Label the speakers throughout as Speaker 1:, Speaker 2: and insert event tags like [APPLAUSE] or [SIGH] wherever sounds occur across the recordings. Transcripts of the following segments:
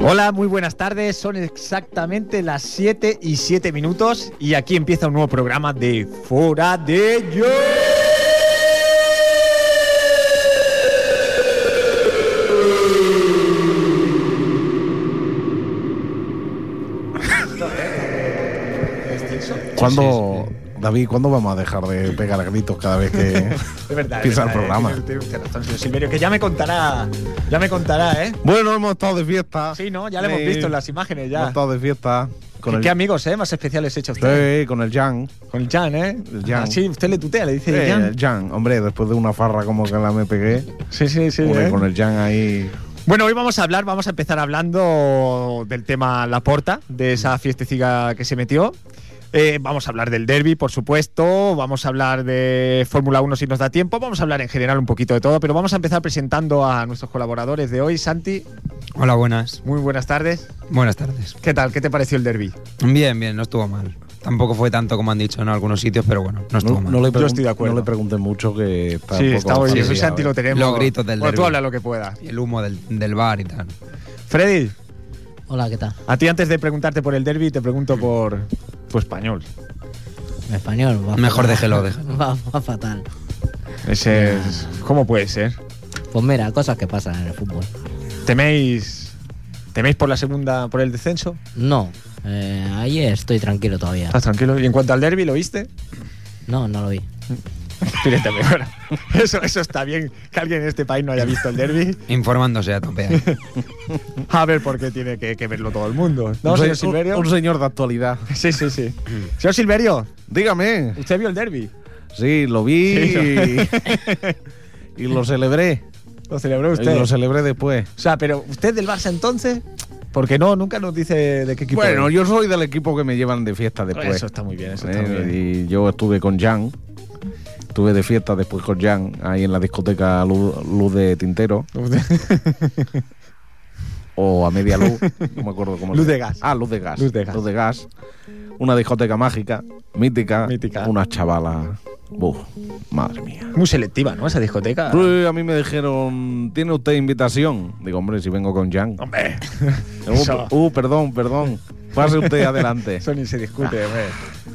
Speaker 1: Hola, muy buenas tardes. Son exactamente las 7 y 7 minutos y aquí empieza un nuevo programa de Fora de Yo.
Speaker 2: ¿Cuándo, David, ¿cuándo vamos a dejar de pegar gritos cada
Speaker 1: [LAUGHS]
Speaker 2: vez que.?
Speaker 1: Es verdad.
Speaker 2: Empieza
Speaker 1: es
Speaker 2: el
Speaker 1: verdad,
Speaker 2: programa.
Speaker 1: eh, tiene- tiene usted razón, señor Silverio, que ya me contará, ya me contará, ¿eh?
Speaker 2: bueno, hemos estado de fiesta.
Speaker 1: Sí, ¿no? Ya lo hemos
Speaker 2: Sí,
Speaker 1: visto en las imágenes
Speaker 2: Hemos
Speaker 1: ya.
Speaker 2: estado de fiesta. Con
Speaker 1: ¿Qué,
Speaker 2: el,
Speaker 1: qué amigos, eh? Más especiales hecho usted.
Speaker 2: Sí, con el Jan.
Speaker 1: Con el Jan, ¿eh?
Speaker 2: El Jan.
Speaker 1: Así usted le tutea, le dice
Speaker 2: Eh,
Speaker 1: Jan.
Speaker 2: el Jan, hombre, después de una farra como que la me pegué.
Speaker 1: Sí, sí, sí.
Speaker 2: hombre,
Speaker 1: ¿eh?
Speaker 2: Con el Jan ahí.
Speaker 1: Bueno, hoy vamos a hablar, vamos a empezar hablando del tema La Porta, de
Speaker 2: Mm.
Speaker 1: esa fiesteciga que se metió. Eh, vamos a hablar del derby, por supuesto. Vamos a hablar de Fórmula 1 si nos da tiempo. Vamos a hablar en general un poquito de todo, pero vamos a empezar presentando a nuestros colaboradores de hoy. Santi,
Speaker 3: Hola, buenas.
Speaker 1: muy buenas tardes.
Speaker 3: Buenas tardes.
Speaker 1: ¿Qué tal? ¿Qué te pareció el derby?
Speaker 3: Bien, bien, no estuvo mal. Tampoco fue tanto como han dicho en algunos sitios, pero bueno, no estuvo
Speaker 2: No,
Speaker 3: mal.
Speaker 2: no le
Speaker 1: Yo estoy de
Speaker 2: pregun-
Speaker 1: acuerdo.
Speaker 2: no le pregunten mucho que está
Speaker 1: sí,
Speaker 2: un poco eh.
Speaker 1: está hoy.
Speaker 3: sí,
Speaker 1: eso
Speaker 3: sí,
Speaker 1: Santi lo tenemos.
Speaker 3: ¿eh? Los gritos del
Speaker 1: bueno, tú
Speaker 3: derbi.
Speaker 1: habla lo que puedas.
Speaker 3: Y el humo del, del bar y tal.
Speaker 1: Freddy,
Speaker 4: Hola, ¿qué tal?
Speaker 1: a ti antes de preguntarte por el derby, te pregunto por tu español.
Speaker 4: En español.
Speaker 2: Ah.
Speaker 4: va
Speaker 3: Mejor
Speaker 4: fatal.
Speaker 3: déjelo, déjelo.
Speaker 4: [LAUGHS] Va, va fatal.
Speaker 1: Ese es- ¿Cómo puede ser?
Speaker 4: Pues mira, cosas que pasan en el fútbol.
Speaker 1: ¿Teméis, teméis por la segunda, por el descenso?
Speaker 4: No, eh, ahí estoy tranquilo todavía.
Speaker 1: ¿Estás tranquilo? ¿Y en cuanto al derby, lo viste?
Speaker 4: No, no lo vi.
Speaker 1: Tírate
Speaker 2: [LAUGHS]
Speaker 1: mejor. Eso, eso está bien, que alguien en este país no haya visto el derby.
Speaker 3: Informándose a tope.
Speaker 2: [LAUGHS]
Speaker 3: ahí.
Speaker 1: A ver por qué tiene que, que verlo todo el mundo. ¿No,
Speaker 2: Un,
Speaker 1: señor
Speaker 2: se- un-
Speaker 1: Silverio?
Speaker 2: un señor de actualidad.
Speaker 1: Sí, sí, sí. Señor Silverio,
Speaker 2: Dígame.
Speaker 1: ¿usted vio el derby?
Speaker 2: Sí, lo vi
Speaker 1: Sí,
Speaker 2: y, y lo celebré.
Speaker 1: ¿Lo celebró
Speaker 2: Y
Speaker 1: [LAUGHS] usted?
Speaker 2: Lo celebré después.
Speaker 1: O sea, pero ¿usted del Barça entonces? Porque no, nunca nos dice de qué equipo
Speaker 2: Bueno,
Speaker 1: es.
Speaker 2: yo soy del equipo que me llevan de fiesta después.
Speaker 1: Eso está muy bien, eso está muy
Speaker 2: Eh,
Speaker 1: bien.
Speaker 2: Y yo estuve con Jan, estuve de fiesta después con Jan, ahí en la discoteca Luz, Luz de Tintero,
Speaker 1: [LAUGHS]
Speaker 2: o a
Speaker 1: [LAUGHS]
Speaker 2: media luz, no me acuerdo cómo.
Speaker 1: Luz
Speaker 2: se-
Speaker 1: de gas.
Speaker 2: Ah, Luz de gas.
Speaker 1: Luz de gas.
Speaker 2: gas. Una discoteca mágica, mítica,
Speaker 1: Mítica.
Speaker 2: unas chavalas. Buf, madre mía.
Speaker 1: Muy selectiva, ¿no? Esa discoteca.
Speaker 2: Pues a mí me dijeron, ¿tiene usted invitación? Digo, hombre, si vengo con Jan.
Speaker 1: Hombre,
Speaker 2: Uh,
Speaker 1: eso.
Speaker 2: uh, perdón, perdón. Pase
Speaker 1: [LAUGHS]
Speaker 2: usted adelante.
Speaker 1: eso ni se discute, hombre.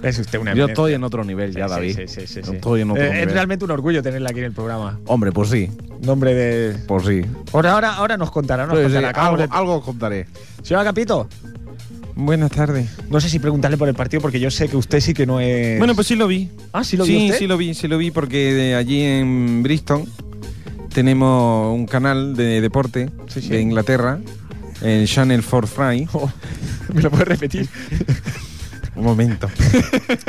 Speaker 1: Es usted una
Speaker 2: Yo
Speaker 1: eminencia.
Speaker 2: estoy en otro nivel ya,
Speaker 1: Sí,
Speaker 2: David.
Speaker 1: sí, sí, sí,
Speaker 2: Yo
Speaker 1: sí.
Speaker 2: Estoy en otro
Speaker 1: Eh,
Speaker 2: nivel.
Speaker 1: es realmente un orgullo tenerla aquí en el programa.
Speaker 2: Hombre, pues sí,
Speaker 1: Nombre de.
Speaker 2: pues sí.
Speaker 1: Ahora, ahora, ahora nos contará, nos
Speaker 2: Pues sí,
Speaker 1: contará.
Speaker 2: algo,
Speaker 1: Acabamos de-
Speaker 2: algo os contaré.
Speaker 1: Señora Capito,
Speaker 5: Buenas tardes.
Speaker 1: no sé si preguntarle por el partido porque yo sé que usted Eh, sí que no es.
Speaker 5: Bueno, pues sí lo vi.
Speaker 1: Ah, sí lo
Speaker 5: sí,
Speaker 1: vio usted?
Speaker 5: sí lo vi, sí lo vi porque de allí en Bristol tenemos un canal de deporte
Speaker 1: Sí, sí.
Speaker 5: de Inglaterra, el Channel 4 Fry.
Speaker 1: [LAUGHS] Oh, ¿Me lo puede repetir?
Speaker 5: Un momento.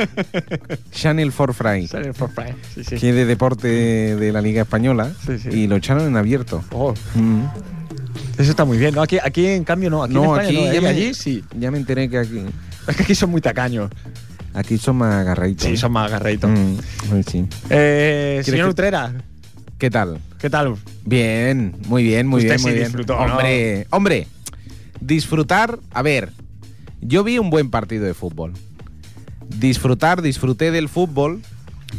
Speaker 5: [LAUGHS] Channel 4 Fry,
Speaker 1: Sale por Prime. Sí, sí.
Speaker 5: que es de deporte de la Liga Española
Speaker 1: Sí, sí.
Speaker 5: y lo echaron en abierto.
Speaker 1: Oh,
Speaker 5: Mm.
Speaker 1: eso está muy bien, ¿no? Aquí, aquí en cambio no. Aquí en
Speaker 5: No,
Speaker 1: España
Speaker 5: aquí
Speaker 1: no,
Speaker 5: ya
Speaker 1: ¿eh?
Speaker 5: me-
Speaker 1: allí sí.
Speaker 5: Ya me enteré que aquí,
Speaker 1: Es que aquí son muy tacaños.
Speaker 5: aquí son más agarraditos.
Speaker 1: Sí, son más agarraditos.
Speaker 5: Mm, ay, sí.
Speaker 1: Eh, señor
Speaker 2: que-
Speaker 1: Utrera,
Speaker 2: ¿Qué tal?
Speaker 1: ¿qué tal?
Speaker 2: Bien, muy bien, muy
Speaker 1: Usted
Speaker 2: bien,
Speaker 1: sí
Speaker 2: muy bien.
Speaker 1: disfrutó, ¿no?
Speaker 2: hombre, hombre, disfrutar, a ver, yo vi un buen partido de fútbol. Disfrutar, disfruté del fútbol,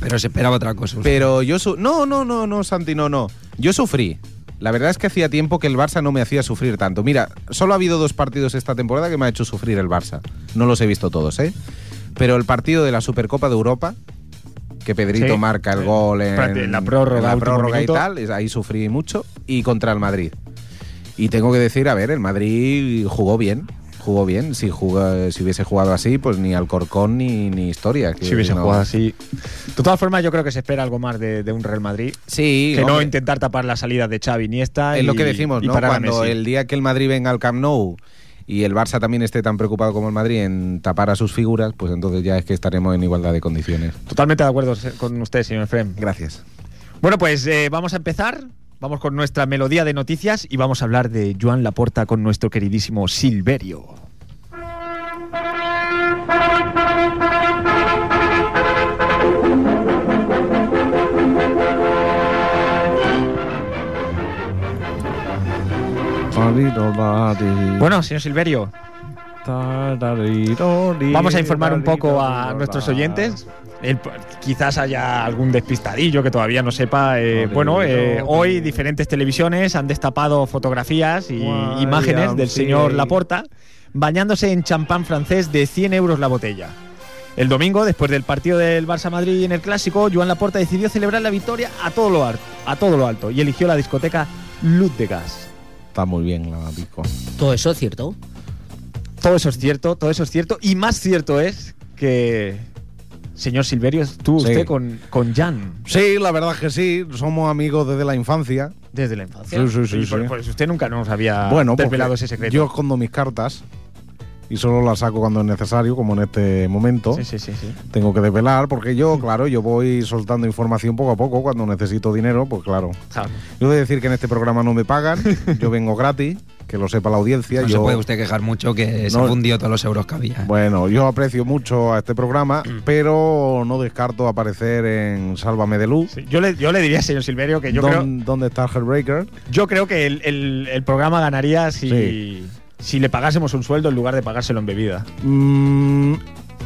Speaker 3: Pero se esperaba otra cosa.
Speaker 2: pero yo su- no, no, no, no, Santi, no, no. Yo sufrí. La verdad es que hacía tiempo que el Barça no me hacía sufrir tanto. Mira, solo ha habido dos partidos esta temporada que me ha hecho sufrir el Barça. No los he visto todos, ¿eh? Pero el partido de la Supercopa de Europa, que Pedrito
Speaker 1: Sí.
Speaker 2: marca el gol en,
Speaker 1: Espérate, en la prórroga,
Speaker 2: en la
Speaker 1: último
Speaker 2: prórroga y
Speaker 1: minuto.
Speaker 2: tal, es- ahí sufrí mucho. Y contra el Madrid. Y tengo que decir, a ver, el Madrid jugó bien. Jugó bien. Si, juga- si hubiese jugado así, pues ni Alcorcón ni, ni historia.
Speaker 1: Si hubiese
Speaker 2: No.
Speaker 1: jugado así. De todas formas, yo creo que se espera algo más de, de un Real Madrid.
Speaker 2: Sí,
Speaker 1: que no
Speaker 2: hombre.
Speaker 1: intentar tapar la salida de Xavi Iniesta.
Speaker 2: Es
Speaker 1: y-
Speaker 2: lo que decimos,
Speaker 1: y
Speaker 2: ¿no?
Speaker 1: parar a
Speaker 2: Cuando
Speaker 1: Messi.
Speaker 2: el día que el Madrid venga al Camp Nou y el Barça también esté tan preocupado como el Madrid en tapar a sus figuras, pues entonces ya es que estaremos en igualdad de condiciones.
Speaker 1: Totalmente de acuerdo se- con usted, señor Frem.
Speaker 2: Gracias.
Speaker 1: Bueno, pues eh, vamos a empezar. Vamos con nuestra melodía de noticias y vamos a hablar de Joan Laporta con nuestro queridísimo Silverio. Bueno, señor Silverio, Vamos
Speaker 5: Vamos
Speaker 1: a informar un poco a nuestros oyentes. El- quizás haya algún despistadillo que todavía no sepa. eh,
Speaker 5: Ole,
Speaker 1: bueno,
Speaker 5: ole.
Speaker 1: eh, hoy diferentes televisiones han destapado fotografías y
Speaker 5: Guay,
Speaker 1: imágenes del
Speaker 5: sí.
Speaker 1: señor Laporta bañándose en champán francés de 100 euros la botella. El domingo, después del partido del Barça-Madrid en el Clásico, Joan Laporta decidió celebrar la victoria a todo lo, ar- a todo lo alto y eligió la discoteca Luz de Gas.
Speaker 2: Está muy bien la pico.
Speaker 4: Todo eso es cierto.
Speaker 1: Todo eso es cierto, todo eso es cierto. Y más cierto es que, señor Silverio, estuvo
Speaker 2: Sí.
Speaker 1: usted con, con Jan
Speaker 2: Sí, la verdad es que sí. Somos amigos desde la infancia.
Speaker 1: desde la infancia.
Speaker 2: Sí, sí, sí,
Speaker 1: Y, pues,
Speaker 2: sí.
Speaker 1: pues usted nunca nos había
Speaker 2: bueno, porque
Speaker 1: desvelado ese secreto.
Speaker 2: Yo escondo mis cartas y solo las saco cuando es necesario, como en este momento.
Speaker 1: Sí, sí, sí, sí.
Speaker 2: Tengo que desvelar porque yo, claro, yo voy soltando información poco a poco cuando necesito dinero, pues claro.
Speaker 1: Claro.
Speaker 2: Yo he de decir que en este programa no
Speaker 1: [LAUGHS]
Speaker 2: me pagan, yo vengo gratis, que lo sepa la audiencia.
Speaker 3: No
Speaker 2: yo,
Speaker 3: se puede usted quejar mucho que se
Speaker 2: No.
Speaker 3: fundió todos los euros que había. ¿eh?
Speaker 2: Bueno, yo aprecio mucho a
Speaker 1: [CLEARS THROAT]
Speaker 2: este programa, pero no descarto aparecer en Sálvame de Luz.
Speaker 1: Sí, Yo, le, yo le diría, señor Silverio, que yo, creo,
Speaker 2: Don- ¿Dónde está Heartbreaker?
Speaker 1: yo creo que el, el- el programa ganaría si,
Speaker 2: Sí.
Speaker 1: si le pagásemos un sueldo en lugar de pagárselo en bebida.
Speaker 2: Mm,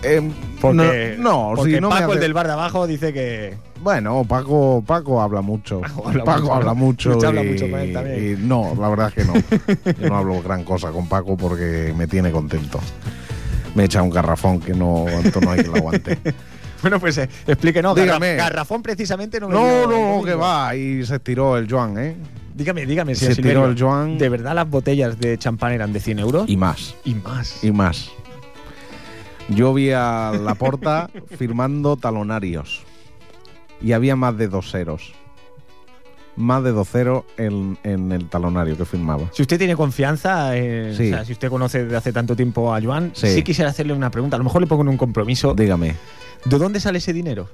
Speaker 2: em,
Speaker 1: Porque,
Speaker 2: no, no,
Speaker 1: porque
Speaker 2: si no me
Speaker 1: Paco, el
Speaker 2: hace-
Speaker 1: del bar de abajo, dice que. [LAUGHS]
Speaker 2: Bueno, Paco, Paco habla mucho.
Speaker 1: Paco habla
Speaker 2: Paco
Speaker 1: mucho.
Speaker 2: habla mucho.
Speaker 1: Lucha
Speaker 2: y,
Speaker 1: habla mucho con él también.
Speaker 2: y no, la verdad es que no.
Speaker 1: [LAUGHS]
Speaker 2: Yo no hablo gran cosa con Paco porque me tiene contento. Me echa un garrafón que no, esto no hay que lo aguante.
Speaker 1: Bueno, pues eh, explíquenos. Garra-
Speaker 2: Dígame.
Speaker 1: Garrafón, precisamente, no me
Speaker 2: No,
Speaker 1: dio-
Speaker 2: no,
Speaker 1: me
Speaker 2: que
Speaker 1: dijo.
Speaker 2: va. Y se estiró el Joan, ¿eh?
Speaker 1: Dígame, dígame,
Speaker 2: Se
Speaker 1: señor Silverio.
Speaker 2: tiró el Joan.
Speaker 1: ¿De verdad las botellas de champán eran de 100 euros?
Speaker 2: Y más.
Speaker 1: Y más.
Speaker 2: Y más. Yo vi a [LAUGHS] Laporta firmando talonarios. Y había más de dos ceros. Más de dos ceros en, en el talonario que firmaba.
Speaker 1: Si usted tiene confianza, eh,
Speaker 2: Sí.
Speaker 1: o sea, si usted conoce desde hace tanto tiempo a Joan, sí.
Speaker 2: Sí.
Speaker 1: quisiera hacerle una pregunta. A lo mejor le pongo en un compromiso. ¿De,
Speaker 2: Dígame.
Speaker 1: dónde sale ese dinero?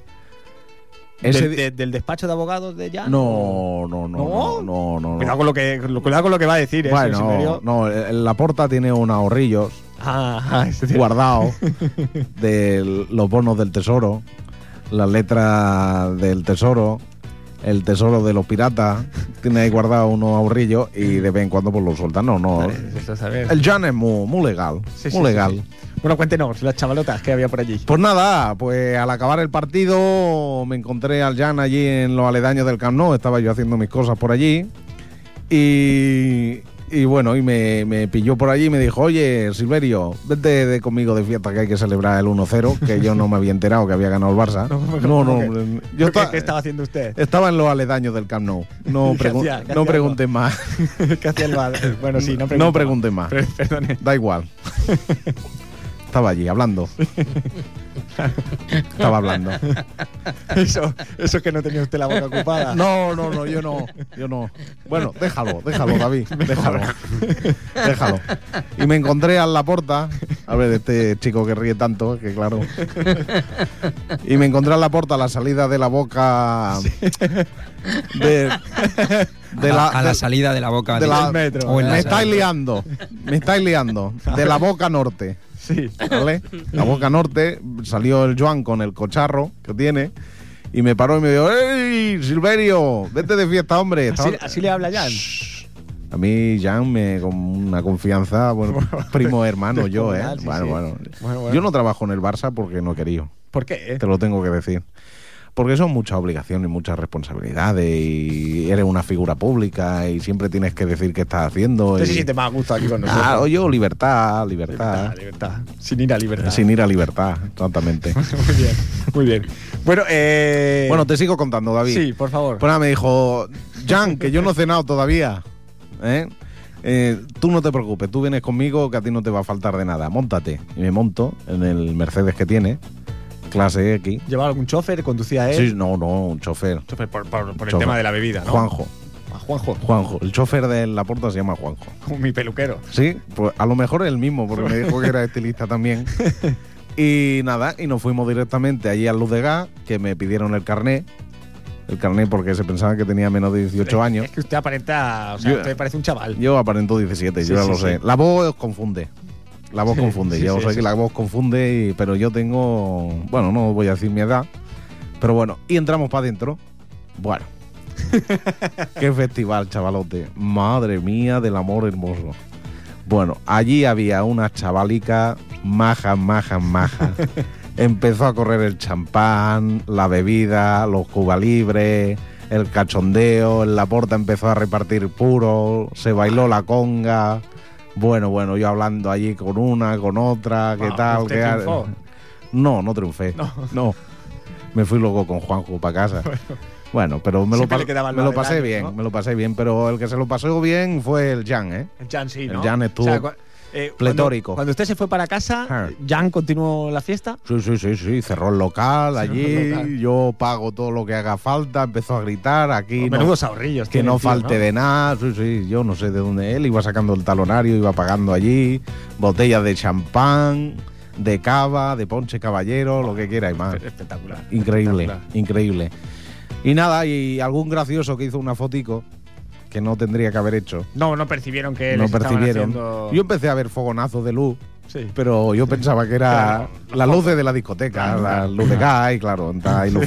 Speaker 2: Ese
Speaker 1: ¿Del,
Speaker 2: di-
Speaker 1: de- del despacho de abogados de Joan?
Speaker 2: No, no, no,
Speaker 1: ¿No?
Speaker 2: no, no, no. no.
Speaker 1: Cuidado con lo que, lo- cuidado con lo que va a decir, ¿eh, señor
Speaker 2: Bueno,
Speaker 1: Silverio?
Speaker 2: no, el- la porta tiene unos ahorrillos
Speaker 1: Ah, ah, ese
Speaker 2: [LAUGHS]
Speaker 1: tiene-
Speaker 2: guardados de los bonos del tesoro, las letras del tesoro, el tesoro de los piratas. Tiene ahí guardados unos ahorrillos y de vez en cuando pues lo sueltan. No, no.
Speaker 1: Eh, esto es a ver.
Speaker 2: El Jan es muy, muy legal,
Speaker 1: Sí, sí,
Speaker 2: muy
Speaker 1: sí,
Speaker 2: legal.
Speaker 1: sí. Bueno, cuéntenos las chavalotas que había por allí.
Speaker 2: Pues nada, pues al acabar el partido me encontré al Jan allí en los aledaños del Camp Nou, estaba yo haciendo mis cosas por allí y, y bueno, y me, me pilló por allí y me dijo, oye Silverio, vete de conmigo de fiesta que hay que celebrar el 1-0, que yo no me había enterado que había ganado el Barça.
Speaker 1: [LAUGHS] No, ¿cómo
Speaker 2: No, no,
Speaker 1: que?
Speaker 2: hombre, yo
Speaker 1: ¿Qué,
Speaker 2: esta-
Speaker 1: qué estaba haciendo usted? [LAUGHS]
Speaker 2: estaba en los aledaños del Camp Nou, no,
Speaker 1: ¿Qué
Speaker 2: pregun-
Speaker 1: hacía? ¿Qué
Speaker 2: no
Speaker 1: hacía?
Speaker 2: preguntes más,
Speaker 1: ¿Qué hacía el bar?
Speaker 2: [LAUGHS]
Speaker 1: Bueno, sí, no pregunto.
Speaker 2: no preguntes más,
Speaker 1: Per- Perdone.
Speaker 2: [LAUGHS] da igual. Estaba allí hablando. Estaba hablando.
Speaker 1: [LAUGHS] Eso, eso es que no tenía usted la boca ocupada.
Speaker 2: No, no, no, yo no, yo no. Bueno, déjalo, déjalo, David, [LAUGHS] déjalo. Déjalo. Y me encontré a la porta, a ver, este chico que ríe tanto, que claro. Y me encontré a la porta a la salida de la boca de, de
Speaker 3: a, la,
Speaker 2: la,
Speaker 3: a la
Speaker 2: de-
Speaker 3: salida de la boca
Speaker 2: de la-
Speaker 3: del
Speaker 1: metro.
Speaker 3: O en la
Speaker 2: me estáis
Speaker 3: salida.
Speaker 2: liando, me estáis liando. De la boca norte.
Speaker 1: Sí.
Speaker 2: ¿vale? La Boca Norte salió el Joan con el cocharro que tiene y me paró y me dijo, ¡Ey, Silverio! Vete de fiesta, hombre.
Speaker 1: Así,
Speaker 2: Estaba-
Speaker 1: así le habla Jan.
Speaker 2: Shh. A mí Jan me con una confianza,
Speaker 1: [LAUGHS]
Speaker 2: bueno, primo hermano yo, ¿eh?
Speaker 1: descomunal, sí,
Speaker 2: bueno,
Speaker 1: sí.
Speaker 2: bueno.
Speaker 1: Bueno, bueno.
Speaker 2: Yo no trabajo en el Barça porque no quería,
Speaker 1: ¿Por qué? eh?
Speaker 2: te lo tengo que decir. Porque son muchas obligaciones y muchas responsabilidades y eres una figura pública y siempre tienes que decir qué estás haciendo.
Speaker 1: Usted
Speaker 2: Y...
Speaker 1: se siente más a gusto aquí con nosotros.
Speaker 2: Claro, yo libertad, Ah, libertad.
Speaker 1: libertad, libertad. Sin ir a libertad.
Speaker 2: Sin ir a libertad,
Speaker 1: [LAUGHS]
Speaker 2: exactamente.
Speaker 1: Muy bien, muy bien. Bueno, eh...
Speaker 2: bueno, te sigo contando, David.
Speaker 1: Sí, por favor.
Speaker 2: Pues nada, me dijo, Jan, que yo no he cenado todavía. ¿eh? Eh, tú no te preocupes, tú vienes conmigo que a ti no te va a faltar de nada. Móntate. Y me monto en el Mercedes que tiene, clase X.
Speaker 1: ¿Llevaba algún chofer? ¿Conducía él?
Speaker 2: Sí, no, no, un chofer.
Speaker 1: Chofer, por, por- por el
Speaker 2: Chofer.
Speaker 1: tema de la bebida, ¿Eh? ¿no?
Speaker 2: Juanjo.
Speaker 1: A Juanjo, [LAUGHS]
Speaker 2: Juanjo. El chofer de la puerta se llama Juanjo.
Speaker 1: mi peluquero.
Speaker 2: Sí, pues a lo mejor es el mismo, porque me dijo que era
Speaker 1: [LAUGHS]
Speaker 2: estilista también. Y nada, y nos fuimos directamente allí al Luz de Gas, que me pidieron el carné. El carné porque se pensaban que tenía menos de 18 años.
Speaker 1: Es que usted aparenta... O sea,
Speaker 2: Yo-
Speaker 1: usted parece un chaval.
Speaker 2: Yo aparento 17,
Speaker 1: Sí,
Speaker 2: yo ya
Speaker 1: sí,
Speaker 2: lo
Speaker 1: sí.
Speaker 2: sé. La voz os confunde. La voz
Speaker 1: Sí,
Speaker 2: confunde,
Speaker 1: sí,
Speaker 2: yo
Speaker 1: sí,
Speaker 2: sé
Speaker 1: sí.
Speaker 2: que la voz confunde, y- pero yo tengo... Bueno, no voy a decir mi edad, pero bueno. Y entramos para adentro. Bueno. Qué festival, chavalote. Madre mía del amor hermoso. Bueno, allí había una chavalica maja, maja, maja. Empezó a correr el champán, la bebida, los cuba libres, el cachondeo, en la porta empezó a repartir puro, se bailó la conga. Bueno, bueno, yo hablando allí con una, con otra, ¿qué
Speaker 1: Ah,
Speaker 2: tal?
Speaker 1: ¿usted
Speaker 2: ¿Qué ha-
Speaker 1: triunfó?
Speaker 2: No, no triunfé. No. Me fui luego con Juanjo para casa. Bueno, pero me lo,
Speaker 1: Siempre
Speaker 2: pa-
Speaker 1: le quedaban
Speaker 2: me
Speaker 1: los
Speaker 2: lo pasé
Speaker 1: adelantos,
Speaker 2: bien,
Speaker 1: ¿no?
Speaker 2: me lo pasé bien, pero el que se lo pasó bien fue el Jan, ¿eh?
Speaker 1: El Jan sí,
Speaker 2: El
Speaker 1: ¿no?
Speaker 2: Jan estuvo
Speaker 1: cua- eh, cuando-
Speaker 2: pletórico.
Speaker 1: Cuando, usted se fue para casa,
Speaker 2: Ah.
Speaker 1: Jan continuó la fiesta.
Speaker 2: Sí, sí, sí, sí, cerró el local allí,
Speaker 1: el local.
Speaker 2: yo pago todo lo que haga falta, empezó a gritar aquí, no-
Speaker 1: Menudos ahorrillos. Pues
Speaker 2: que
Speaker 1: tiene
Speaker 2: no
Speaker 1: el tío,
Speaker 2: falte de nada, sí, sí, yo no sé de dónde él, iba sacando el talonario, iba pagando allí, botellas de champán, de cava, de ponche caballero, lo que quiera y más.
Speaker 1: Espectacular.
Speaker 2: Ah, Increíble,
Speaker 1: espectacular.
Speaker 2: increíble. Y nada, y algún gracioso que hizo una fotico que no tendría que haber hecho.
Speaker 1: No, no percibieron que
Speaker 2: no
Speaker 1: les estaban
Speaker 2: percibieron.
Speaker 1: haciendo-
Speaker 2: Yo empecé a ver fogonazos de luz,
Speaker 1: Sí.
Speaker 2: pero yo pensaba que era las luces de la discoteca, las luces de gas, y claro, está ahí los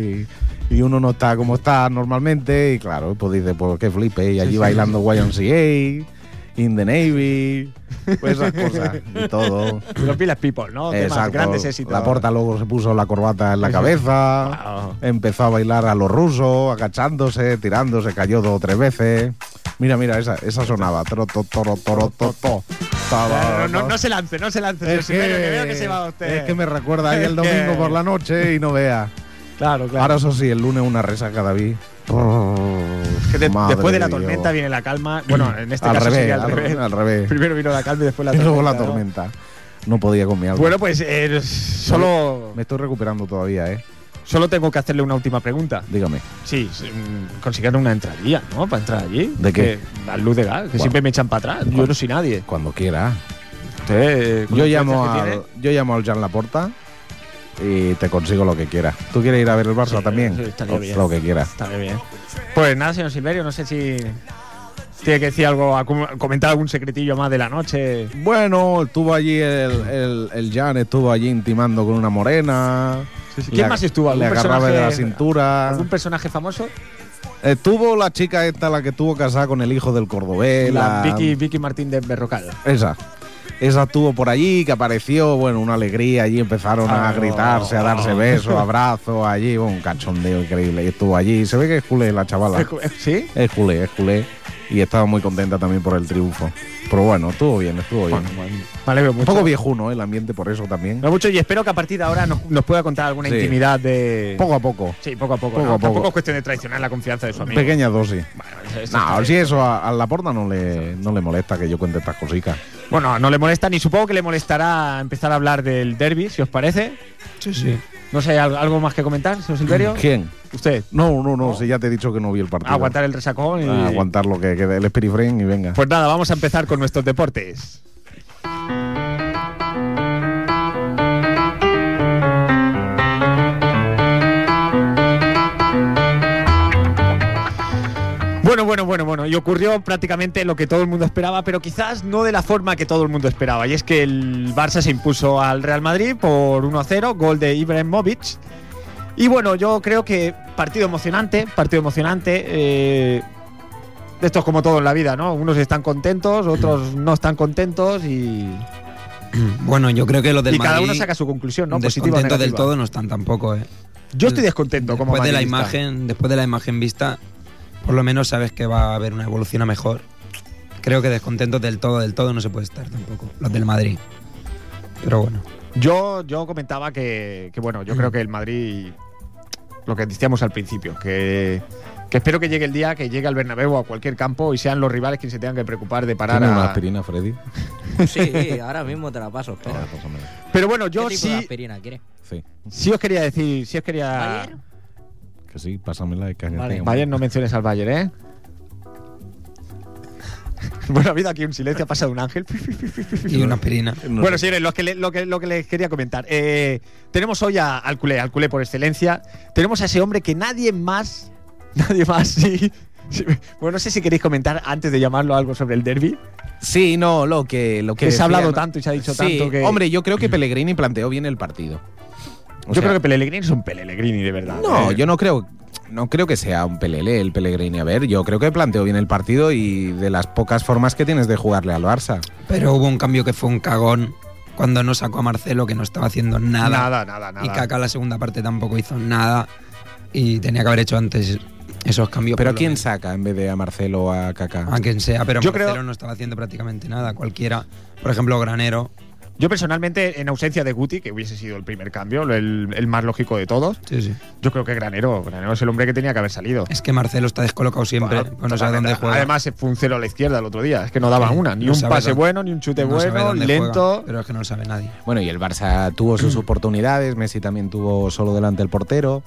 Speaker 1: [LAUGHS]
Speaker 2: y, y uno no está como está normalmente, y claro, pues dice, pues que flipe, y allí bailando YMCA, In the Navy, pues
Speaker 1: [LAUGHS]
Speaker 2: esas cosas y todo.
Speaker 1: Los Village People, ¿no? Temas,
Speaker 2: Exacto.
Speaker 1: grandes éxitos.
Speaker 2: La porta luego se puso la corbata en la cabeza,
Speaker 1: Wow.
Speaker 2: empezó a bailar a los rusos, agachándose, tirándose, cayó dos o tres veces. Mira, mira, esa, esa sonaba. Toro, toro, toro, toro, to, to.
Speaker 1: No,
Speaker 2: Ta, la,
Speaker 1: no,
Speaker 2: ta.
Speaker 1: no se lance, no se lance.
Speaker 2: Es que,
Speaker 1: señor Silverio, que veo que se va usted.
Speaker 2: es que me
Speaker 1: [LAUGHS]
Speaker 2: recuerda ahí el
Speaker 1: Es que-
Speaker 2: domingo por la noche y no vea.
Speaker 1: Claro, claro.
Speaker 2: Ahora eso sí, el lunes una resaca, David.
Speaker 1: Que de-
Speaker 2: Madre
Speaker 1: después de la
Speaker 2: Dios.
Speaker 1: tormenta viene la calma. Bueno, en este
Speaker 2: al,
Speaker 1: caso
Speaker 2: revés,
Speaker 1: sería
Speaker 2: al revés, al revés.
Speaker 1: Primero vino la calma y después la
Speaker 2: [LAUGHS] Y
Speaker 1: tormenta.
Speaker 2: luego la
Speaker 1: ¿no?
Speaker 2: tormenta. No podía con mi alma.
Speaker 1: Bueno, pues eh, solo,
Speaker 2: Me estoy recuperando todavía, ¿eh?
Speaker 1: solo tengo que hacerle una última pregunta.
Speaker 2: Dígame.
Speaker 1: Sí, sí, mm, consiguieron una entradilla, ¿no? Para entrar allí.
Speaker 2: ¿De qué?
Speaker 1: Que- Al luz de gas, que siempre me echan para atrás. Yo no soy nadie.
Speaker 2: Cuando quiera.
Speaker 1: Usted, eh, con
Speaker 2: Yo
Speaker 1: las
Speaker 2: llamo,
Speaker 1: fuerzas que
Speaker 2: al, yo llamo al Jan Laporta y te consigo lo que quieras. ¿Tú quieres ir a ver el Barça
Speaker 1: Sí,
Speaker 2: también?
Speaker 1: sí, estaría
Speaker 2: O-
Speaker 1: bien.
Speaker 2: Lo que quieras.
Speaker 1: Ah, Está bien. Pues nada, señor Silverio, no sé si tiene que decir algo, acu- comentar algún secretillo más de la noche.
Speaker 2: Bueno, estuvo allí el, el- el Jan, estuvo allí intimando con una morena.
Speaker 1: ¿Quién
Speaker 2: Le-
Speaker 1: más estuvo? ¿Algún
Speaker 2: Le agarraba de la
Speaker 1: personaje-
Speaker 2: cintura.
Speaker 1: ¿Algún personaje famoso?
Speaker 2: Estuvo la chica esta, la que estuvo casada con el hijo del cordobés.
Speaker 1: la
Speaker 2: La,
Speaker 1: Vicky, Vicky Martín de Berrocal.
Speaker 2: Esa. Esa estuvo por allí, que apareció, bueno, una alegría allí, empezaron a
Speaker 1: Ah,
Speaker 2: gritarse, a
Speaker 1: [LAUGHS]
Speaker 2: darse
Speaker 1: ah.
Speaker 2: besos, abrazos, allí, bueno, un cachondeo increíble. Y estuvo allí, se ve que es culé
Speaker 1: [LAUGHS]
Speaker 2: la chavala.
Speaker 1: ¿Eh? ¿Sí?
Speaker 2: Es culé, es culé. Y estaba muy contenta también por el triunfo. Pero bueno, estuvo bien, estuvo bien.
Speaker 1: Me alegro mucho.
Speaker 2: un poco viejuno ¿eh? el ambiente por eso también.
Speaker 1: No mucho y espero que a partir de ahora nos, nos pueda contar alguna
Speaker 2: Sí.
Speaker 1: intimidad de...
Speaker 2: Poco a poco.
Speaker 1: Sí, poco a poco.
Speaker 2: Poco
Speaker 1: ¿no?
Speaker 2: a poco.
Speaker 1: Tampoco es cuestión de traicionar la confianza de su amigo.
Speaker 2: Pequeña dosis.
Speaker 1: Bueno, eso- eso está
Speaker 2: No,
Speaker 1: bien.
Speaker 2: si eso a, a la porta no le, no le molesta que yo cuente estas cositas.
Speaker 1: Bueno, no le molesta ni supongo que le molestará empezar a hablar del derby, si os parece.
Speaker 3: Sí, sí.
Speaker 1: No sé, ¿al- ¿algo más que comentar, señor Silverio?
Speaker 2: ¿Quién?
Speaker 1: Usted,
Speaker 2: No, no, no, si ya te he dicho que no vi el partido.
Speaker 1: aguantar el resacón y...
Speaker 2: Ah, aguantar lo que quede, el Spirit Frame y venga.
Speaker 1: Pues nada, vamos a empezar con nuestros deportes. Bueno, bueno, bueno, bueno. Y ocurrió prácticamente lo que todo el mundo esperaba, pero quizás no de la forma que todo el mundo esperaba. Y es que el Barça se impuso al Real Madrid por 1-0, gol de Ibrahimovic. Y bueno, yo creo que partido emocionante, partido emocionante. eh, de estos como todo en la vida, ¿no? Unos están contentos, otros no están contentos y,
Speaker 3: Bueno, yo creo que los del
Speaker 1: y cada
Speaker 3: Madrid,
Speaker 1: uno saca su conclusión, ¿no? Positiva o
Speaker 3: descontentos del
Speaker 1: negativa.
Speaker 3: todo no están tampoco, ¿eh?
Speaker 1: Yo estoy descontento como
Speaker 3: después de la
Speaker 1: madridista.
Speaker 3: imagen después de la imagen vista por lo menos sabes que va a haber una evolución a mejor creo que descontentos del todo del todo no se puede estar tampoco los del Madrid pero bueno
Speaker 1: [LAUGHS] Yo, yo comentaba que, que, bueno, yo creo que el Madrid, lo que decíamos al principio, que, que espero que llegue el día que llegue al Bernabéu o a cualquier campo y sean los rivales quienes se tengan que preocupar de parar
Speaker 2: ¿Tiene una
Speaker 1: a...
Speaker 2: aspirina, Freddy?
Speaker 1: Ah.
Speaker 4: Sí, ahora mismo te la paso, espera.
Speaker 1: Pero bueno, yo
Speaker 4: ¿Qué tipo de
Speaker 1: sí,
Speaker 4: aspirina quieres?
Speaker 2: Sí,
Speaker 1: sí os quería decir, sí os quería...
Speaker 4: ¿Bayern?
Speaker 2: que sí, pásamela y cállate.
Speaker 4: Vale.
Speaker 1: Bayern, no menciones al Bayern, ¿eh? [LAUGHS] bueno, ha habido aquí un silencio, ha pasado un ángel. [LAUGHS]
Speaker 3: y una aspirina
Speaker 1: Bueno, señores, lo que, le- lo, que, lo que les quería comentar. Eh, tenemos hoy a, al culé, al culé por excelencia. Tenemos a ese hombre que nadie más, [LAUGHS] nadie más, sí. sí. Bueno, no sé si queréis comentar antes de llamarlo algo sobre el derby.
Speaker 2: Sí, no, lo que... Lo
Speaker 1: Que se ha hablado tanto y se ha dicho tanto que.
Speaker 2: Hombre, yo creo que Pellegrini planteó bien el partido.
Speaker 1: yo creo que Pellegrini es un Pellegrini, de verdad.
Speaker 2: No,
Speaker 1: Eh,
Speaker 2: yo no creo no creo que sea un pelele el Pellegrini. A ver, yo creo que planteó bien el partido y de las pocas formas que tienes de jugarle al Barça.
Speaker 3: Pero hubo un cambio que fue un cagón cuando no sacó a Marcelo, que no estaba haciendo nada.
Speaker 1: Nada, nada, nada.
Speaker 3: Y Kaká la segunda parte tampoco hizo nada. Y tenía que haber hecho antes esos cambios.
Speaker 2: Pero
Speaker 3: por lo
Speaker 2: ¿quién
Speaker 3: menos.
Speaker 2: saca en vez de a Marcelo o a Kaká?
Speaker 1: Ah,
Speaker 3: A quien sea, pero
Speaker 1: Yo
Speaker 3: Marcelo
Speaker 1: creo-
Speaker 3: no estaba haciendo prácticamente nada. Cualquiera, por ejemplo, Granero.
Speaker 1: Yo personalmente, en ausencia de Guti, que hubiese sido el primer cambio, lo- el, el más lógico de todos,
Speaker 3: Sí, sí.
Speaker 1: yo creo que Granero. Granero es el hombre que tenía que haber salido.
Speaker 3: Es que Marcelo está descolocado siempre.
Speaker 1: Bueno,
Speaker 3: pues no sabe
Speaker 1: totalmente.
Speaker 3: dónde juega.
Speaker 1: Además, se fue un cero a la izquierda el otro día. Es que no daba
Speaker 3: Sí,
Speaker 1: una. Ni
Speaker 3: no
Speaker 1: un
Speaker 3: sabe
Speaker 1: pase
Speaker 3: dónde-
Speaker 1: bueno, ni un chute
Speaker 3: no sabe
Speaker 1: bueno,
Speaker 3: dónde
Speaker 1: lento.
Speaker 3: juega, pero es que no lo sabe nadie.
Speaker 2: Bueno, y el Barça tuvo
Speaker 1: [CLEARS THROAT]
Speaker 2: sus oportunidades, Messi también tuvo solo delante el portero,